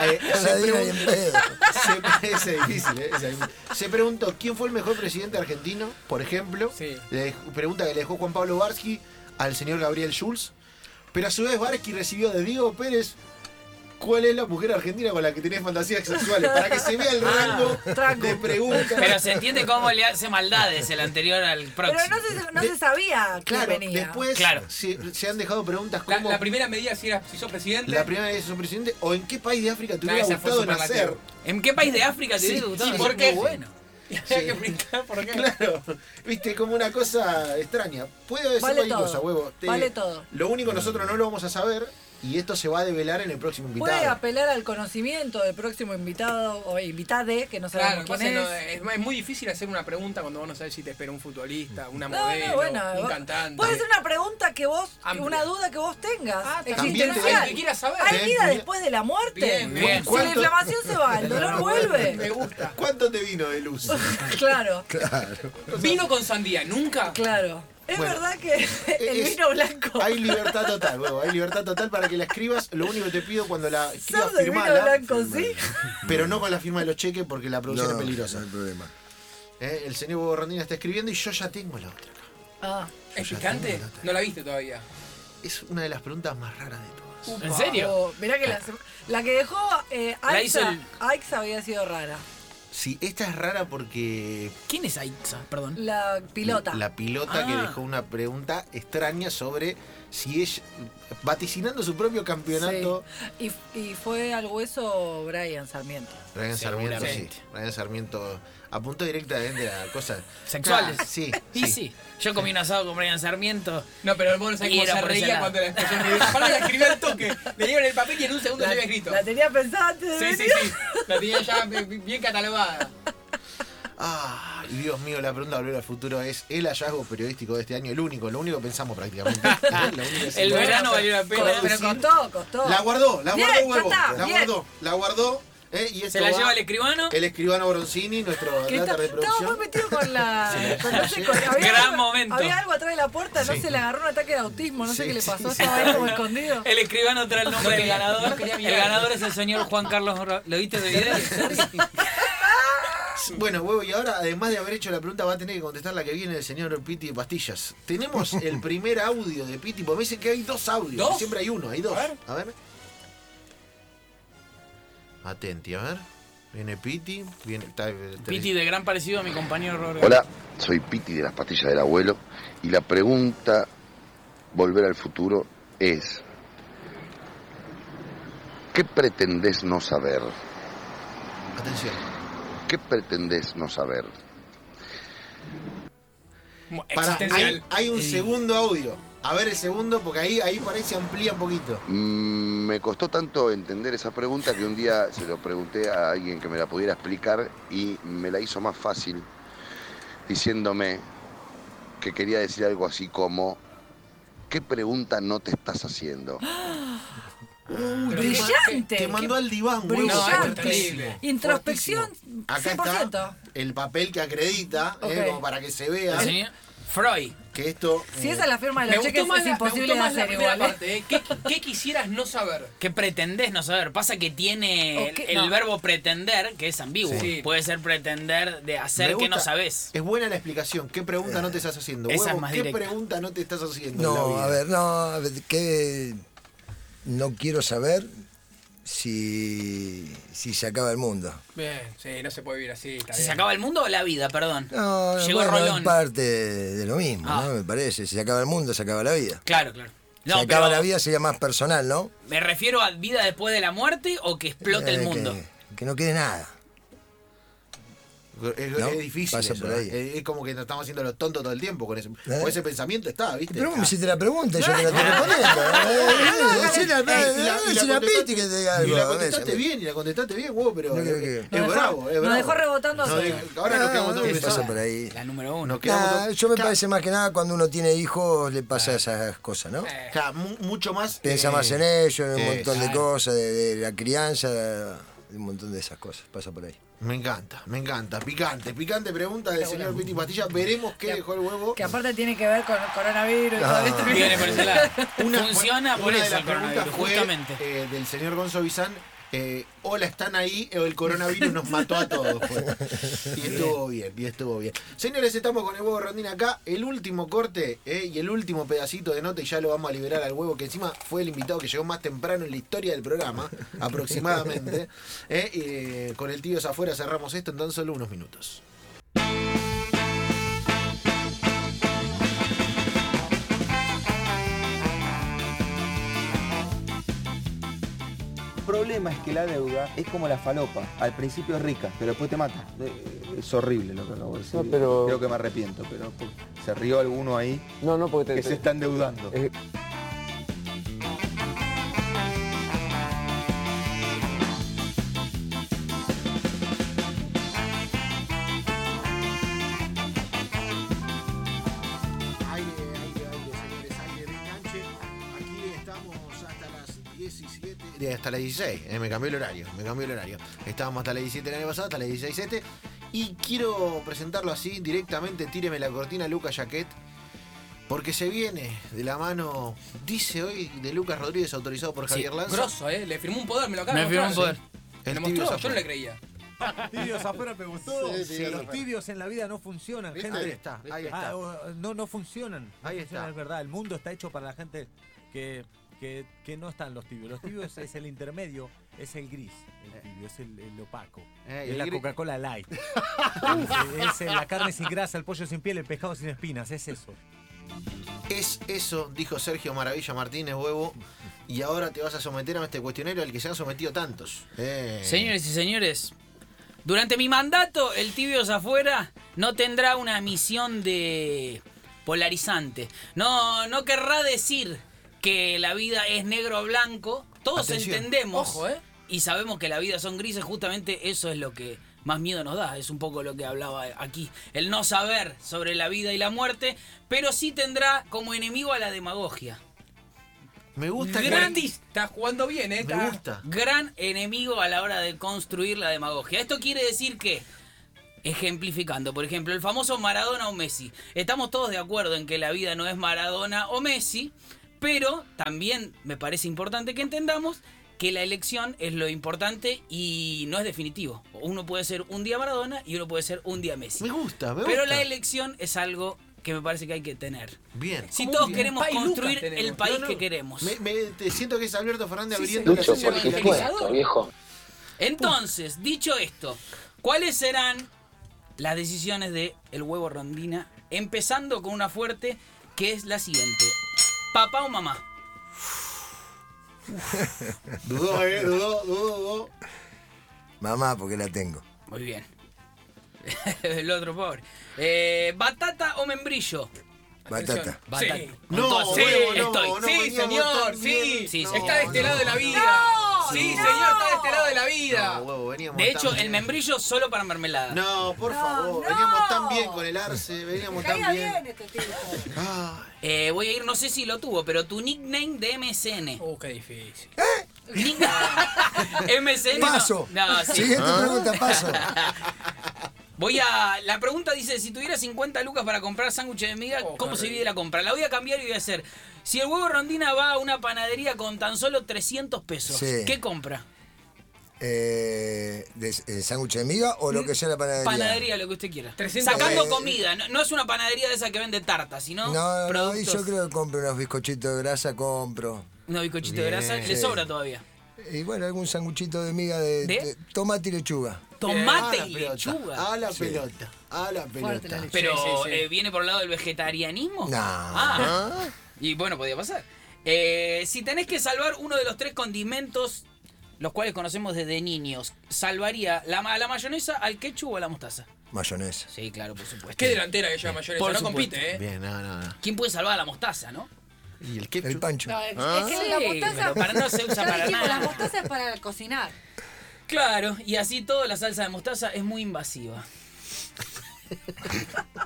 Eh, no se, la digo ni pregun- en pedo. se- ese es difícil, eh, ese es difícil. Se preguntó quién fue el mejor presidente argentino, por ejemplo. Sí. Le dej- pregunta que le dejó Juan Pablo Varsky al señor Gabriel Schulz. Pero a su vez Varsky recibió de Diego Pérez. ¿Cuál es la mujer argentina con la que tenés fantasías sexuales? Para que se vea el rango trango. de preguntas. Pero se entiende cómo le hace maldades el anterior al próximo. Pero no se, no De- se sabía que Claro, venía. después Claro. Se, se han dejado preguntas La, como la primera medida si, era, si sos presidente. la primera vez que sos presidente o en qué país de África te No, hubiera esa fue gustado nacer. superlativa. ¿En qué país de África te hubiera gustado? sí, nacer? porque- Muy bueno. Hay que brincar por acá. Claro, viste, como una cosa extraña. Puede ser Vale cualquier todo. cosa, huevo. Vale todo. Lo único nosotros no lo vamos a saber y esto se va a develar en el próximo invitado. Puede apelar al conocimiento del próximo invitado o invitade, que no Claro, sabemos lo que pasa quién es, es. no, es- es muy difícil hacer una pregunta cuando vos no sabes si te espera un futbolista, una No, modelo, no, bueno. un vos- cantante. Puede ser una pregunta que vos, Amplia. una duda que vos tengas. Ah, también te- existencial. hay que quieras saber. ¿Hay Ten vida cuidado. después de la muerte? Bien, bien. Si la ¿Cuánto- inflamación se va, el dolor Me vuelve. gusta. ¿Cuánto te vino de luz? claro, Vino con sandía, nunca. claro. Es Bueno, verdad que el es- vino blanco. Hay libertad total, huevo. Hay libertad total para que la escribas. Lo único que te pido cuando la escribas, ¿Sos de vino firmala. blanco, sí? Pero no con la firma de los cheques porque la producción No, es peligrosa. No hay problema. Eh, El señor Hugo Rondina está escribiendo y yo ya tengo la otra. acá. Ah, ¿Es picante? No la viste todavía. Es una de las preguntas más raras de todas. ¿En serio? Ah. oh, mirá que la, la que dejó eh, La hizo Aixa, el- Aixa había sido rara. Sí, esta es rara porque ¿Quién es Aixa? Perdón. La pilota. la pilota que Ah. dejó una pregunta extraña sobre si es vaticinando su propio campeonato. Sí. Y, y fue al hueso Brian Sarmiento. Brian Sarmiento, sí. Seguramente. Brian Sarmiento apuntó directamente a cosas Sexuales. Ah, sí, Y sí. sí. Yo comí un asado con Brian Sarmiento. No, pero el mono Y sabía cómo era se por ese reía lado. cuando la expresión le dio- Para de escribir el toque. Le dieron el papel y en un segundo ya La, había escrito. la tenía pensada antes de Sí, sí, venir. sí. La tenía ya bi- bi- bien catalogada. Ah, Dios mío, la pregunta de volver al futuro es el hallazgo periodístico de este año, el único, lo único que pensamos prácticamente. Lo único que se El puede verano hacer. valió la Co- pena. pero costó, costó. La guardó, la Bien, guardó ya huevo. está, La bien. guardó, la guardó. eh, y Se esto la va- lleva el escribano. El escribano Broncini, nuestro Que data está- de estaba muy producción. metido con la. con- no sé, con- Gran algo, momento. Había algo atrás de la puerta, no se le agarró un ataque de autismo, no sé Sí, qué le sí, pasó, sí. estaba ahí como escondido. El escribano trae el nombre del quería- ganador. no quería el mirar. ganador es el señor Juan Carlos Ro- ¿Lo viste de video? Bueno, huevo, y ahora, además de haber hecho la pregunta, va a tener que contestar la que viene del señor Piti de Pastillas. Tenemos el primer audio de Piti, porque me dicen que hay dos audios. ¿Dos? Siempre hay uno, hay dos. A ver. A ver. Atenti, a ver. Viene Piti. Viene, está- eh, Piti, de gran parecido a mi compañero Roberto. Hola, soy Piti de las pastillas del abuelo y la pregunta volver al futuro es ¿qué pretendés no saber? Atención. ¿Qué pretendés no saber? Pará, hay, Existencial. Eh. hay un segundo audio. A ver el segundo, porque ahí, ahí por ahí se amplía un poquito. Mm, Me costó tanto entender esa pregunta que un día se lo pregunté a alguien que me la pudiera explicar y me la hizo más fácil diciéndome que quería decir algo así como ¿qué pregunta no te estás haciendo? Pero qué- brillante. Te mandó al diván, huevo. brillante. terrible. Introspección Acá 100%. está el papel que acredita, eh, Ok. como para que se vea. El señor Freud. que esto. Si eh, esa es la firma de Me los cheques, gustó más es la, me imposible gustó de más la hacer primera igual. ¿eh? parte. ¿eh? ¿Qué, qué quisieras no saber? ¿Qué pretendés no saber? Pasa que tiene O el, qué- el no. verbo pretender, que es ambiguo. Sí. Puede ser pretender de me hacer que gusta- no sabés. Es buena la explicación. ¿Qué pregunta no te estás haciendo? Esa es Huevo, más ¿Qué directa. pregunta no te estás haciendo? en la No, vida? a ver, no, a ver, que no quiero saber si, si se acaba el mundo. Bien, sí, no se puede vivir así. está ¿Se bien. acaba el mundo o la vida? Perdón. No, Llegó bueno, Rolón. es parte de lo mismo, Ah. ¿no? Me parece. Si se acaba el mundo, se acaba la vida. Claro, claro. No, se acaba pero la vida sería más personal, ¿no? ¿Me refiero a vida después de la muerte o que explote Eh, el que- mundo? Que, no quede nada. Es, No, es difícil. pasa eso, por ahí. ¿eh? Es, es como que nos estamos haciendo los tontos todo el tiempo con ese, ¿Eh? con ese pensamiento. Está, ¿viste? Pero vos Ah. me hiciste la pregunta y yo te la estoy respondiendo. Ey, y la- y la ¿eh? Es una contestaste- piti que te diga Y algo, la a veces. contestaste bien, y la contestaste bien, vos, pero. No creo que- Es Nos dejó- bravo, es nos bravo. dejó rebotando Nos a dejó- todos. Ahora nos Ah, quedamos todos eso pasa pensando. por ahí. La número uno. Nos quedamos Nah, todos- yo me Ca- parece más que nada cuando uno tiene hijos le pasa esas cosas, ¿no? Eh, ca- mu- mucho más. Piensa eh, más en ellos, en un eh, montón de claro. cosas, de, de la crianza, de, de un montón de esas cosas. Pasa por ahí. Me encanta, me encanta. Picante, picante pregunta del señor Piti Pastilla. Veremos qué dejó el huevo. Que aparte tiene que ver con el coronavirus y Ah. todo esto. Viene por ese lado. Una- Funciona por una de eso las el coronavirus, preguntas fue, justamente. eh, del señor Gonzo Bizán. eh, hola, ¿están ahí? o El coronavirus nos mató a todos. fue. Y estuvo bien, y estuvo bien. Señores, estamos con el huevo rondín acá. El último corte eh, y el último pedacito de nota y ya lo vamos a liberar al huevo, que encima fue el invitado que llegó más temprano en la historia del programa, aproximadamente. Eh, eh, con el tío afuera cerramos esto en tan solo unos minutos. El problema es que la deuda es como la falopa. Al principio es rica, pero después te mata. Eh, Es horrible lo que acabo de decir. No, pero- Creo que me arrepiento, pero se rió alguno ahí No, no, porque te, que se está endeudando. Eh, Aire, aire, aire, señores, aire de enganche. Aquí estamos hasta las 17. de- Hasta las 16, eh, me cambió el horario, me cambió el horario. Estábamos hasta las 17 el año pasado, hasta las 16 este. Y quiero presentarlo así, directamente, tíreme la cortina Luca Jaquet. Porque se viene de la mano, dice hoy, de Lucas Rodríguez, autorizado por Javier Lanza. Grosso, ¿eh? Le firmó un poder, me lo acaba de Me firmó mostrar. Sí. un El Me lo tibio mostró, yo Zafra. no le creía. Tibios afuera pegó todo. Sí, sí, Sí, afuera. los tibios en la vida no funcionan, ¿Viste? gente. Ahí está, ahí Ah, está. o- no, no funcionan. No Ahí funcionan, está. Es verdad, el mundo está hecho para la gente que, que, que no están los tibios. Los tibios es el intermedio, es el gris. El tibio es el, el opaco. Eh, es el la gris- Coca-Cola light. es, es la carne sin grasa, el pollo sin piel, el pescado sin espinas. Es eso. Es eso, dijo Sergio Maravilla Martínez, huevo. Y ahora te vas a someter a este cuestionario al que se han sometido tantos. Eh, Señores y señores, durante mi mandato, el Tibios Afuera no tendrá una misión de polarizante. No, no querrá decir que la vida es negro o blanco. Todos Atención. entendemos Ojo, ¿eh? y sabemos que la vida son grises. Justamente eso es lo que más miedo nos da. Es un poco lo que hablaba aquí. El no saber sobre la vida y la muerte, pero sí tendrá como enemigo a la demagogia. Me gusta que- Gratis. Está jugando bien, ¿eh? Me Está- gusta. gran enemigo a la hora de construir la demagogia. Esto quiere decir que, ejemplificando, por ejemplo, el famoso Maradona o Messi. Estamos todos de acuerdo en que la vida no es Maradona o Messi, pero también me parece importante que entendamos que la elección es lo importante y no es definitivo. Uno puede ser un día Maradona y uno puede ser un día Messi. Me gusta, me gusta. Pero la elección es algo que me parece que hay que tener. Bien. Si Como todos un queremos país Lucas construir tenemos. el país No, no. que queremos. Me, me- te siento que es Alberto Fernández Sí, abriendo señor. la Lucho, por sesión. supuesto, viejo. Entonces, dicho esto, ¿cuáles serán las decisiones de El Huevo Rondina? Empezando con una fuerte que es la siguiente. ¿Papá o mamá? Dudó, eh, dudó, dudó, dudó. Mamá, porque la tengo. Muy bien. El otro pobre. Eh, ¿Batata o membrillo? Batata. Batata. Sí. Con No, todas- no, Sí, no, estoy. no, sí, veníamos señor, tan sí. bien. Sí, No, está de este no, lado de la no. vida. sí, señor, está de este lado de la vida. No, huevo, veníamos De tan hecho, el bien. membrillo solo para mermelada. No, por No, favor, no. veníamos tan bien con el arce, veníamos Caía tan bien. bien este tipo. Ay, Eh, voy a ir, no sé si lo tuvo, pero tu nickname de MSN. Oh, qué difícil. Nickname- MSN. no- Paso. No, Ah. sí. Siguiente pregunta, paso. Voy a. La pregunta dice: si tuviera 50 lucas para comprar sándwiches de miga, Oh, ¿cómo qué se divide rico. la compra? La voy a cambiar y voy a hacer. Si el huevo rondina va a una panadería con tan solo 300 pesos, Sí. ¿qué compra? Eh, de, eh, ¿Sándwich de miga o lo que sea la panadería? Panadería, lo que usted quiera. 300 Sacando Eh, comida. No, no es una panadería de esa que vende tartas, sino. No, no, no, y productos. yo creo que compro unos bizcochitos de grasa, compro. Unos bizcochitos de Bien. grasa, le Sí. sobra todavía. Y bueno, algún sanguchito de miga de, ¿De? de tomate y lechuga. Tomate A Ah, la y Eh, pelota, lechuga. A la pelota, a la Fuerte la pelota. leche. Pero Sí, sí, sí. eh, viene por el lado del vegetarianismo. No. Ah, y bueno, podía pasar. Eh, si tenés que salvar uno de los tres condimentos, los cuales conocemos desde niños, ¿salvaría la, ma- la mayonesa, al ketchup o a la mostaza? Mayonesa. Sí, claro, por supuesto. Qué delantera que lleva mayonesa. Por No supuesto. compite, ¿eh? Bien, no, no, no. ¿Quién puede salvar a la mostaza, no? ¿Y el ketchup? El pancho. No, es, Ah. es que la Sí, mostaza. pero para no se usa Ya para dijimos, nada. La mostaza es para cocinar. Claro, y así todo la salsa de mostaza es muy invasiva.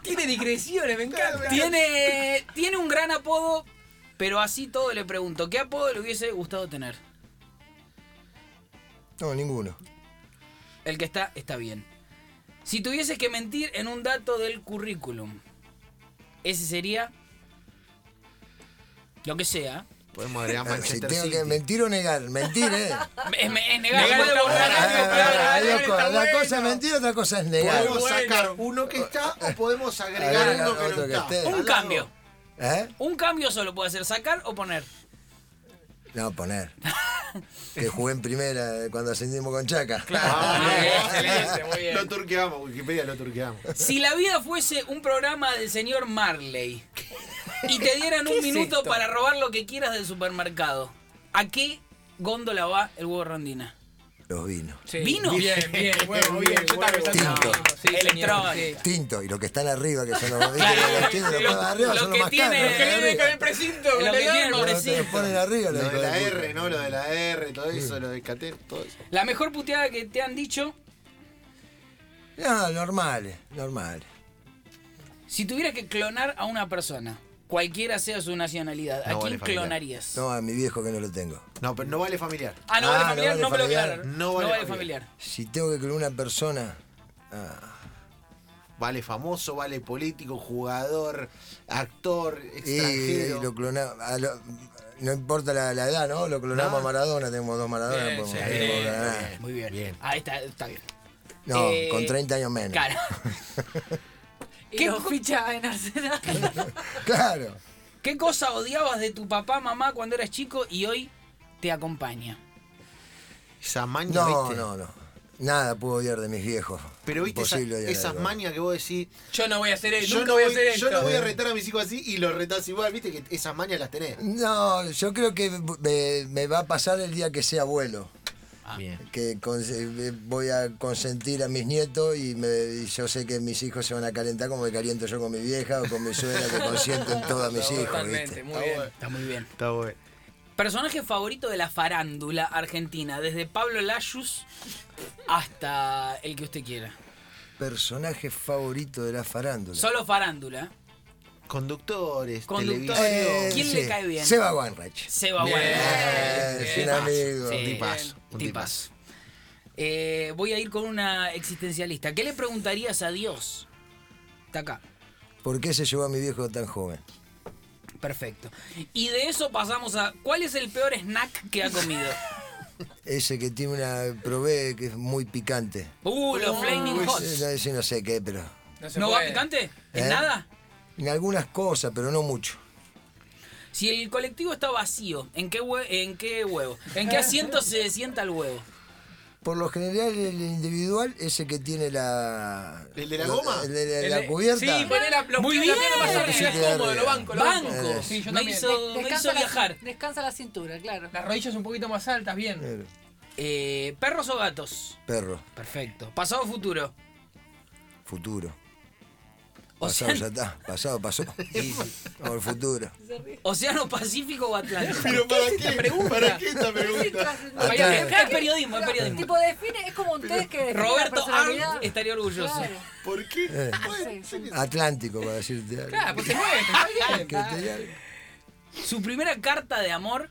Tiene digresiones, me encanta. Tiene, tiene un gran apodo, pero así todo le pregunto, ¿qué apodo le hubiese gustado tener? No, ninguno. El que está, está bien. Si tuvieses que mentir en un dato del currículum, ese sería. Lo que sea. Podemos agregar Ah, Si Manchester tengo City. que mentir o negar, mentir, ¿eh? Es, me- es negar. Negar puede está borrar bueno, algo, está claro, bueno, Ah, claro, está loco, claro. una bueno. cosa es mentir, otra cosa es negar. Podemos bueno. sacar uno que está o podemos agregar Agregar uno que otro no que está. esté. Al Un lado. cambio. ¿Eh? Un cambio solo puede hacer, sacar o poner. No, poner. que jugué en primera eh, cuando ascendimos con Chaca. Ah, Ah, bien. excelente, muy bien. Lo turqueamos, Wikipedia lo turqueamos. Si la vida fuese un programa del señor Marley y te dieran un minuto para robar lo que quieras del supermercado, ¿a qué góndola va el huevo rondina? Los vinos. Sí, ¿Vino? Bien, bien, huevo, bien. Yo estaba pensando en Tinto. vino. Sí, señor, Electrónica. Tinto, y los que están arriba, que son los más Claro, los tintos, los lo- más arriba, lo son los que más tiene- caros. Lo que los viene de con arriba. el precinto, Lo con que tiene el el Cuando te los pobrecito. ponen arriba, los Lo de hijos la de puta. R, ¿no? Lo de la R, todo eso, lo del cater, todo eso. La mejor puteada que te han dicho, No, normales, normales. si tuvieras que clonar a una persona, cualquiera sea su nacionalidad, ¿a No quién vale familiar. clonarías? No, a mi viejo que no lo tengo. No, pero no vale familiar. Ah, no Ah, vale no familiar, vale no me lo familiar. aclararon. No vale familiar. Si tengo que con una persona, Vale famoso, vale político, jugador, actor, y, y extranjero. eh, lo clonamos. no importa la, la edad, ¿no? Lo clonamos No. a Maradona, tenemos dos Maradona. Bien, podemos- sí, podemos bien, clonar. Muy bien. Bien. Ahí está, está bien. No, Eh, con 30 años menos. Claro. Y ¿Qué lo co- ficha en Arsenal. Claro. ¿Qué cosa odiabas de tu papá, mamá cuando eras chico y hoy te acompaña? Esa maña, No, ¿viste? no, no. Nada puedo odiar de mis viejos. Pero viste esa- Imposible odiar esas algo. mañas que vos decís, Yo no voy a hacer esto. yo Nunca no voy a voy, hacer esto. yo no voy a retar a mis hijos así y los retás igual, viste que esas mañas las tenés. No, yo creo que me, me va a pasar el día que sea abuelo. Ah. Bien. Que con- eh, voy a consentir a mis nietos y, me, y yo sé que mis hijos se van a calentar como me caliento yo con mi vieja o con mi suegra que consienten todos mis hijos. ¿viste? Totalmente, muy bien. Está muy bien. Está bueno. Personaje favorito de la farándula argentina, desde Pablo Lashus hasta el que usted quiera. Personaje favorito de la farándula. Solo farándula. Conductores, Conductor. televisión. Eh, ¿Quién le cae bien? Seba Wanreich. Seba Bien, Walsh. Eh, es un amigo. Sí, tipazo, un tipazo. Eh, voy a ir con una existencialista. ¿Qué le preguntarías a Dios? Está acá. ¿Por qué se llevó a mi viejo tan joven? Perfecto. Y de eso pasamos a. ¿Cuál es el peor snack que ha comido? Ese que tiene una probé que es muy picante. Uh, los Flaming Hot. Ese, no, ese no sé qué, pero. se ¿No va puede. picante? ¿En ¿Eh? nada? En algunas cosas, pero no mucho. Si el colectivo está vacío, ¿en qué, hue- ¿en qué huevo? ¿En qué asiento se sienta el huevo? Por lo general, el individual, ese que tiene la. ¿El de la lo- goma? El de la, El la de- cubierta. Sí, poné la, los Muy pies de la bien. pierna más Sí, arriba, es claro. cómodo, lo banco, lo banco. Banco. Sí, yo me, también. hizo, me hizo la- viajar. descansa la cintura, claro. Las rodillas un poquito más altas, bien. Claro. Eh, ¿Perros o gatos? Perro, Perfecto. ¿Pasado o futuro? futuro. Pasado ya Océano, está. Pasado, pasó. Vamos al futuro. ¿Océano Pacífico o Atlántico? Pero ¿para qué? pregunta? ¿Para qué esta pregunta? Trascendental. Atrás. Es Ah, es periodismo, es periodismo. Tipo, define, es como un test que define la Roberto personalidad. Arndt estaría orgulloso. Claro. ¿Por qué? Sí, sí. Atlántico, para decirte algo. Claro, pues se mueve, está bien. Que te- Su primera carta de amor,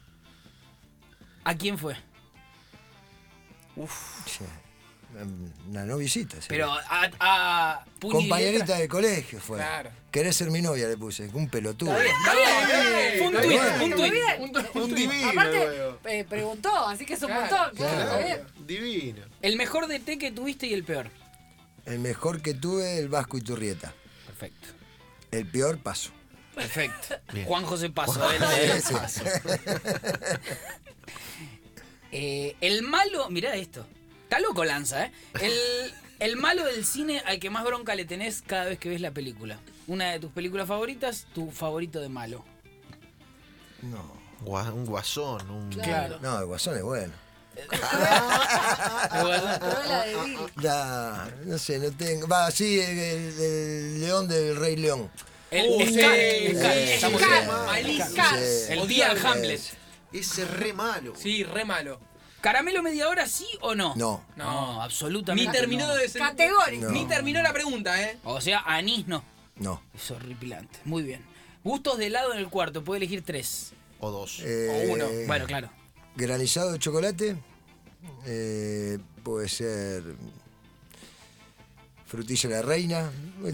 ¿a quién fue? Sí. mm, una noviecita. sí. Pero a, a puño y Compañerita letra. de colegio fue. Claro. ¿Querés ser mi novia? Le puse. Un pelotudo. Está bien, está bien. Fue un Está tuit, bien. un tuit, Está bien. un tuit. Un divino, Aparte, luego. eh, preguntó, así que es un Claro, montón. Claro, claro. está bien. Divino. El mejor DT que tuviste y el peor. El mejor que tuve, el Vasco Iturrieta. Perfecto. El peor, paso. Perfecto. Juan José Paso. el, Ese. eh, el malo, mirá esto. Está loco Lanza, ¿eh? El, el malo del cine al que más bronca le tenés cada vez que ves la película. Una de tus películas favoritas, tu favorito de malo. No. Gua- un guasón, un. Claro. No, el guasón es bueno. Pero es la de Bill. Da, no sé, no tengo. Va, sí, el, el- el león del Rey León. El Uh, Scar, sí, Scar, sí, estamos Scar, bien. Malísimo. Scar. El día de Hamlet. Ese re malo. Sí, re malo. ¿Caramelo media hora sí o no? No. No, absolutamente. Ni terminó no. de ser- Categórico. Ni terminó la pregunta, ¿eh? O sea, anís no. No. Es horripilante. Muy bien. Gustos de helado en el cuarto, puede elegir tres. O dos. Eh, o uno. Bueno, claro. Granizado de chocolate. eh, puede ser. Frutilla de la reina. Muy Muy bien. Ah.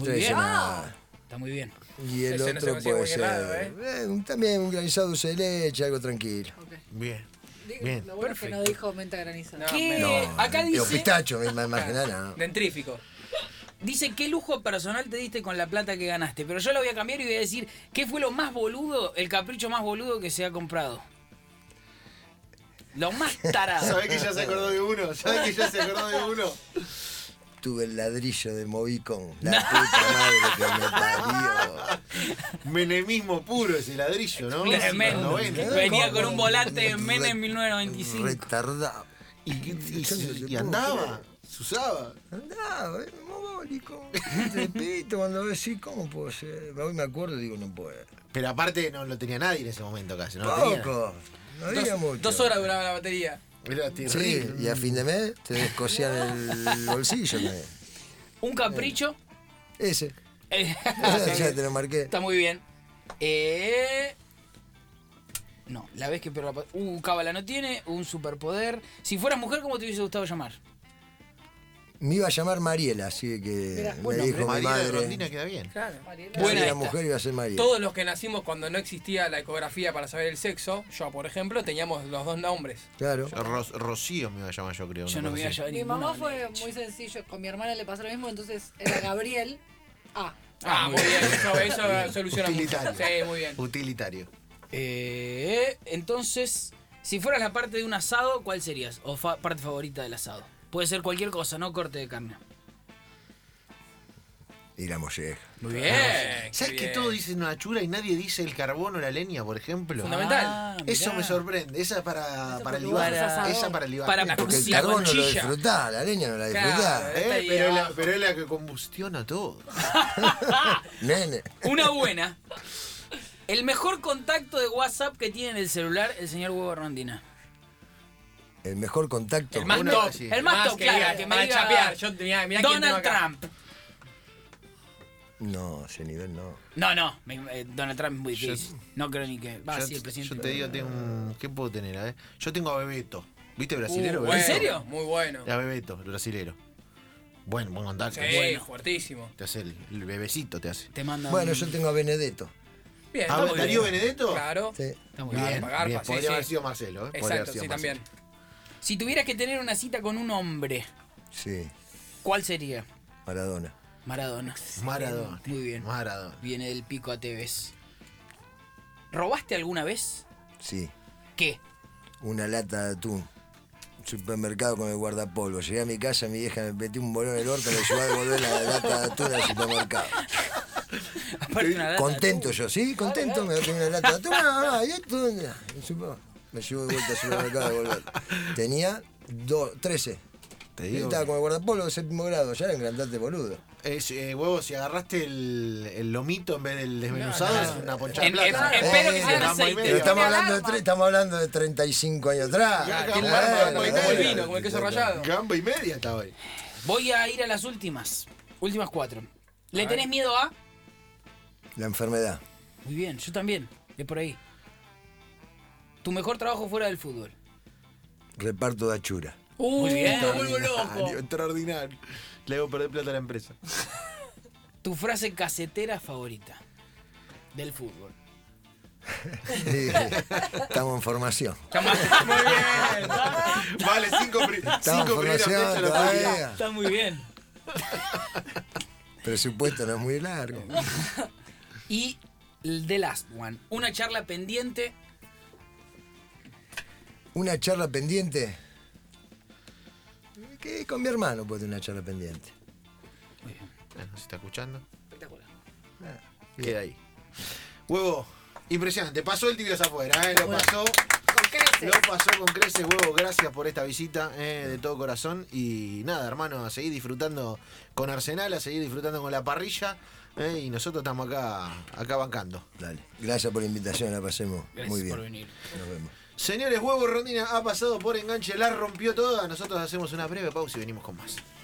tradicional. Está muy bien. Y el Ese no se otro consigue en puede ser. cualquier lado, eh, un- también un granizado dulce de leche, algo tranquilo. Bien. Digo, Bien. Lo bueno es que no dijo menta granizada. No, ¿Qué? menos. Eh, acá y Los dice- pistachos, me me- más que nada, no. Dentrífico. Dice, ¿qué lujo personal te diste con la plata que ganaste? Pero yo la voy a cambiar y voy a decir, ¿qué fue lo más boludo, el capricho más boludo que se ha comprado? Lo más tarado. ¿Sabés que ya se acordó de uno? ¿Sabés que ya se acordó de uno? Tuve el ladrillo de Movicon. La puta madre que me parió. Menemismo puro ese ladrillo, ¿no? Tremendo. 90. Venía con un volante de Menem en Re- 1995. Retardado. Y, y- y- y andaba, se usaba. Andaba, eh, mogólico. Repito, cuando ves, sí, ¿cómo puedo ser? Hoy me acuerdo y digo, no puedo. Pero aparte no lo tenía nadie en ese momento casi, ¿no? lo tenía. Poco. No había mucho. Dos, dos horas duraba la batería. Era Sí, terrible. y a fin de mes te descosían el bolsillo. también. Un capricho. Ese. eh, ya te lo marqué. Está muy bien. Eh... No, la vez que pero Uh, Cábala no tiene, un superpoder. Si fueras mujer, ¿cómo te hubiese gustado llamar? Me iba a llamar Mariela, así que Mirá, me buen dijo mi María de Rondina madre. queda bien. Claro. Si Buena era esta. mujer iba a ser Mariela. Todos los que nacimos cuando no existía la ecografía para saber el sexo, yo por ejemplo, teníamos los dos nombres. Claro. Ros- Rocío me iba a llamar yo creo. Yo una no me voy cosa a así. llevar Mi ninguna mamá de fue leche. muy sencillo. Con mi hermana le pasó lo mismo, entonces era Gabriel. Ah. Ah, muy bien, eso, eso soluciona mucho. Utilitario. Sí, muy bien. Utilitario. Eh, entonces, si fueras la parte de un asado, ¿cuál serías? O fa- parte favorita del asado. Puede ser cualquier cosa, no corte de carne. Y la molleja. Muy bien. ¿Sabes qué que bien. todos dicen una chura y nadie dice el carbón o la leña, por ejemplo? Fundamental. Ah, mirá. Eso me sorprende. Esa es para, para porque libar. vos sos asador. Esa para libar. Para- Porque el Sí, la carbón no lo conchilla. disfrutás, la leña no la Claro. disfrutás. Eh, Está ahí pero, es la, abajo. pero es la que combustiona todo. Nene. Una buena. El mejor contacto de WhatsApp que tiene en el celular, el señor Hugo Rondina. El mejor contacto. El más Una- top. sí. El más top, que claro, diga, que me Ah, para diga chapear. Yo, mirá, mirá quién Donald tengo acá. Trump. No, ese nivel no. No, no, me- eh, Donald Trump es muy Yo- difícil. No creo ni que. Va, yo, sí, el presidente. yo te digo, tengo un- ¿qué puedo tener? A ver. Yo tengo a Bebeto. ¿Viste brasilero? Uh, Bebeto? bueno, ¿En serio? Muy bueno. A Bebeto, el brasilero. Bueno, buen contacto. Sí, Bueno. fuertísimo. Te hace el, el bebecito, te hace. Te manda. Bueno, un- yo tengo a Benedetto. Bien, Ah, está muy ¿Darío bien. Benedetto? Claro. Sí. Está muy Garpa, bien. garpa, Bien, sí, podría sí. haber sido Marcelo, ¿eh? podría haber Exacto, sido sí, Marcelo. también. Si tuvieras que tener una cita con un hombre, Sí, ¿cuál sería? Maradona. Maradona. Maradona. Muy bien. Maradona. Viene del pico a TVs. ¿Robaste alguna vez? Sí. ¿Qué? Una lata de atún. Supermercado con el guardapolvo. Llegué a mi casa, mi vieja me metió un bolón en el orto, me llevó a devolver la lata de atún al supermercado. Aparte una lata de Contento atún. yo, sí, contento. Me metí una lata de atún. Ah, ah, y esto, mira, el super- Me llevó de vuelta al supermercado a devolver. Tenía do- 13. Te Yo digo. Estaba con el guardapolvo de séptimo grado, ya engrandate boludo. Es, eh, huevo, si agarraste el, el lomito en vez del desmenuzado, es una ponchada de En- en- plata. espero que Eh, sea en ramo y aceite. Pero medio. estamos Tiene hablando, de, alarma. tre- estamos hablando de 35 años atrás. Ya, Tiene Bueno, barba, bueno, como el bueno. vino, como el queso rallado. Gamba y media estaba hoy. Voy a ir a las últimas. Últimas cuatro. ¿Le tenés miedo a? La enfermedad. Muy bien, yo también. Es por ahí. Tu mejor trabajo fuera del fútbol. Reparto de achura. Muy bien, me vuelvo Extraordinario, loco. extraordinario. Le hago perder plata a la empresa. Tu frase casetera favorita del fútbol. Sí, Estamos en formación. Muy bien. Vale, cinco, pri- Estamos en cinco primeras formación fechas lo sabía. todavía. Está muy bien. Presupuesto no es muy largo. Y The Last One. Una charla pendiente. Una charla pendiente. Que con mi hermano puede tener una charla pendiente. Bueno, ¿Se está escuchando? Espectacular. Queda ahí. Huevo, impresionante. Pasó el tibios afuera, ¿eh? lo Bueno. pasó. Con creces. Lo pasó con creces, huevo. Gracias por esta visita eh, de todo corazón. Y nada, hermano, a seguir disfrutando con Arsenal, a seguir disfrutando con la parrilla. eh, y nosotros estamos acá, acá bancando. Dale. Gracias por la invitación, la pasemos Gracias muy por bien. venir. Nos vemos. Señores, huevo Rondina ha pasado por enganche, la rompió toda. Nosotros hacemos una breve pausa y venimos con más.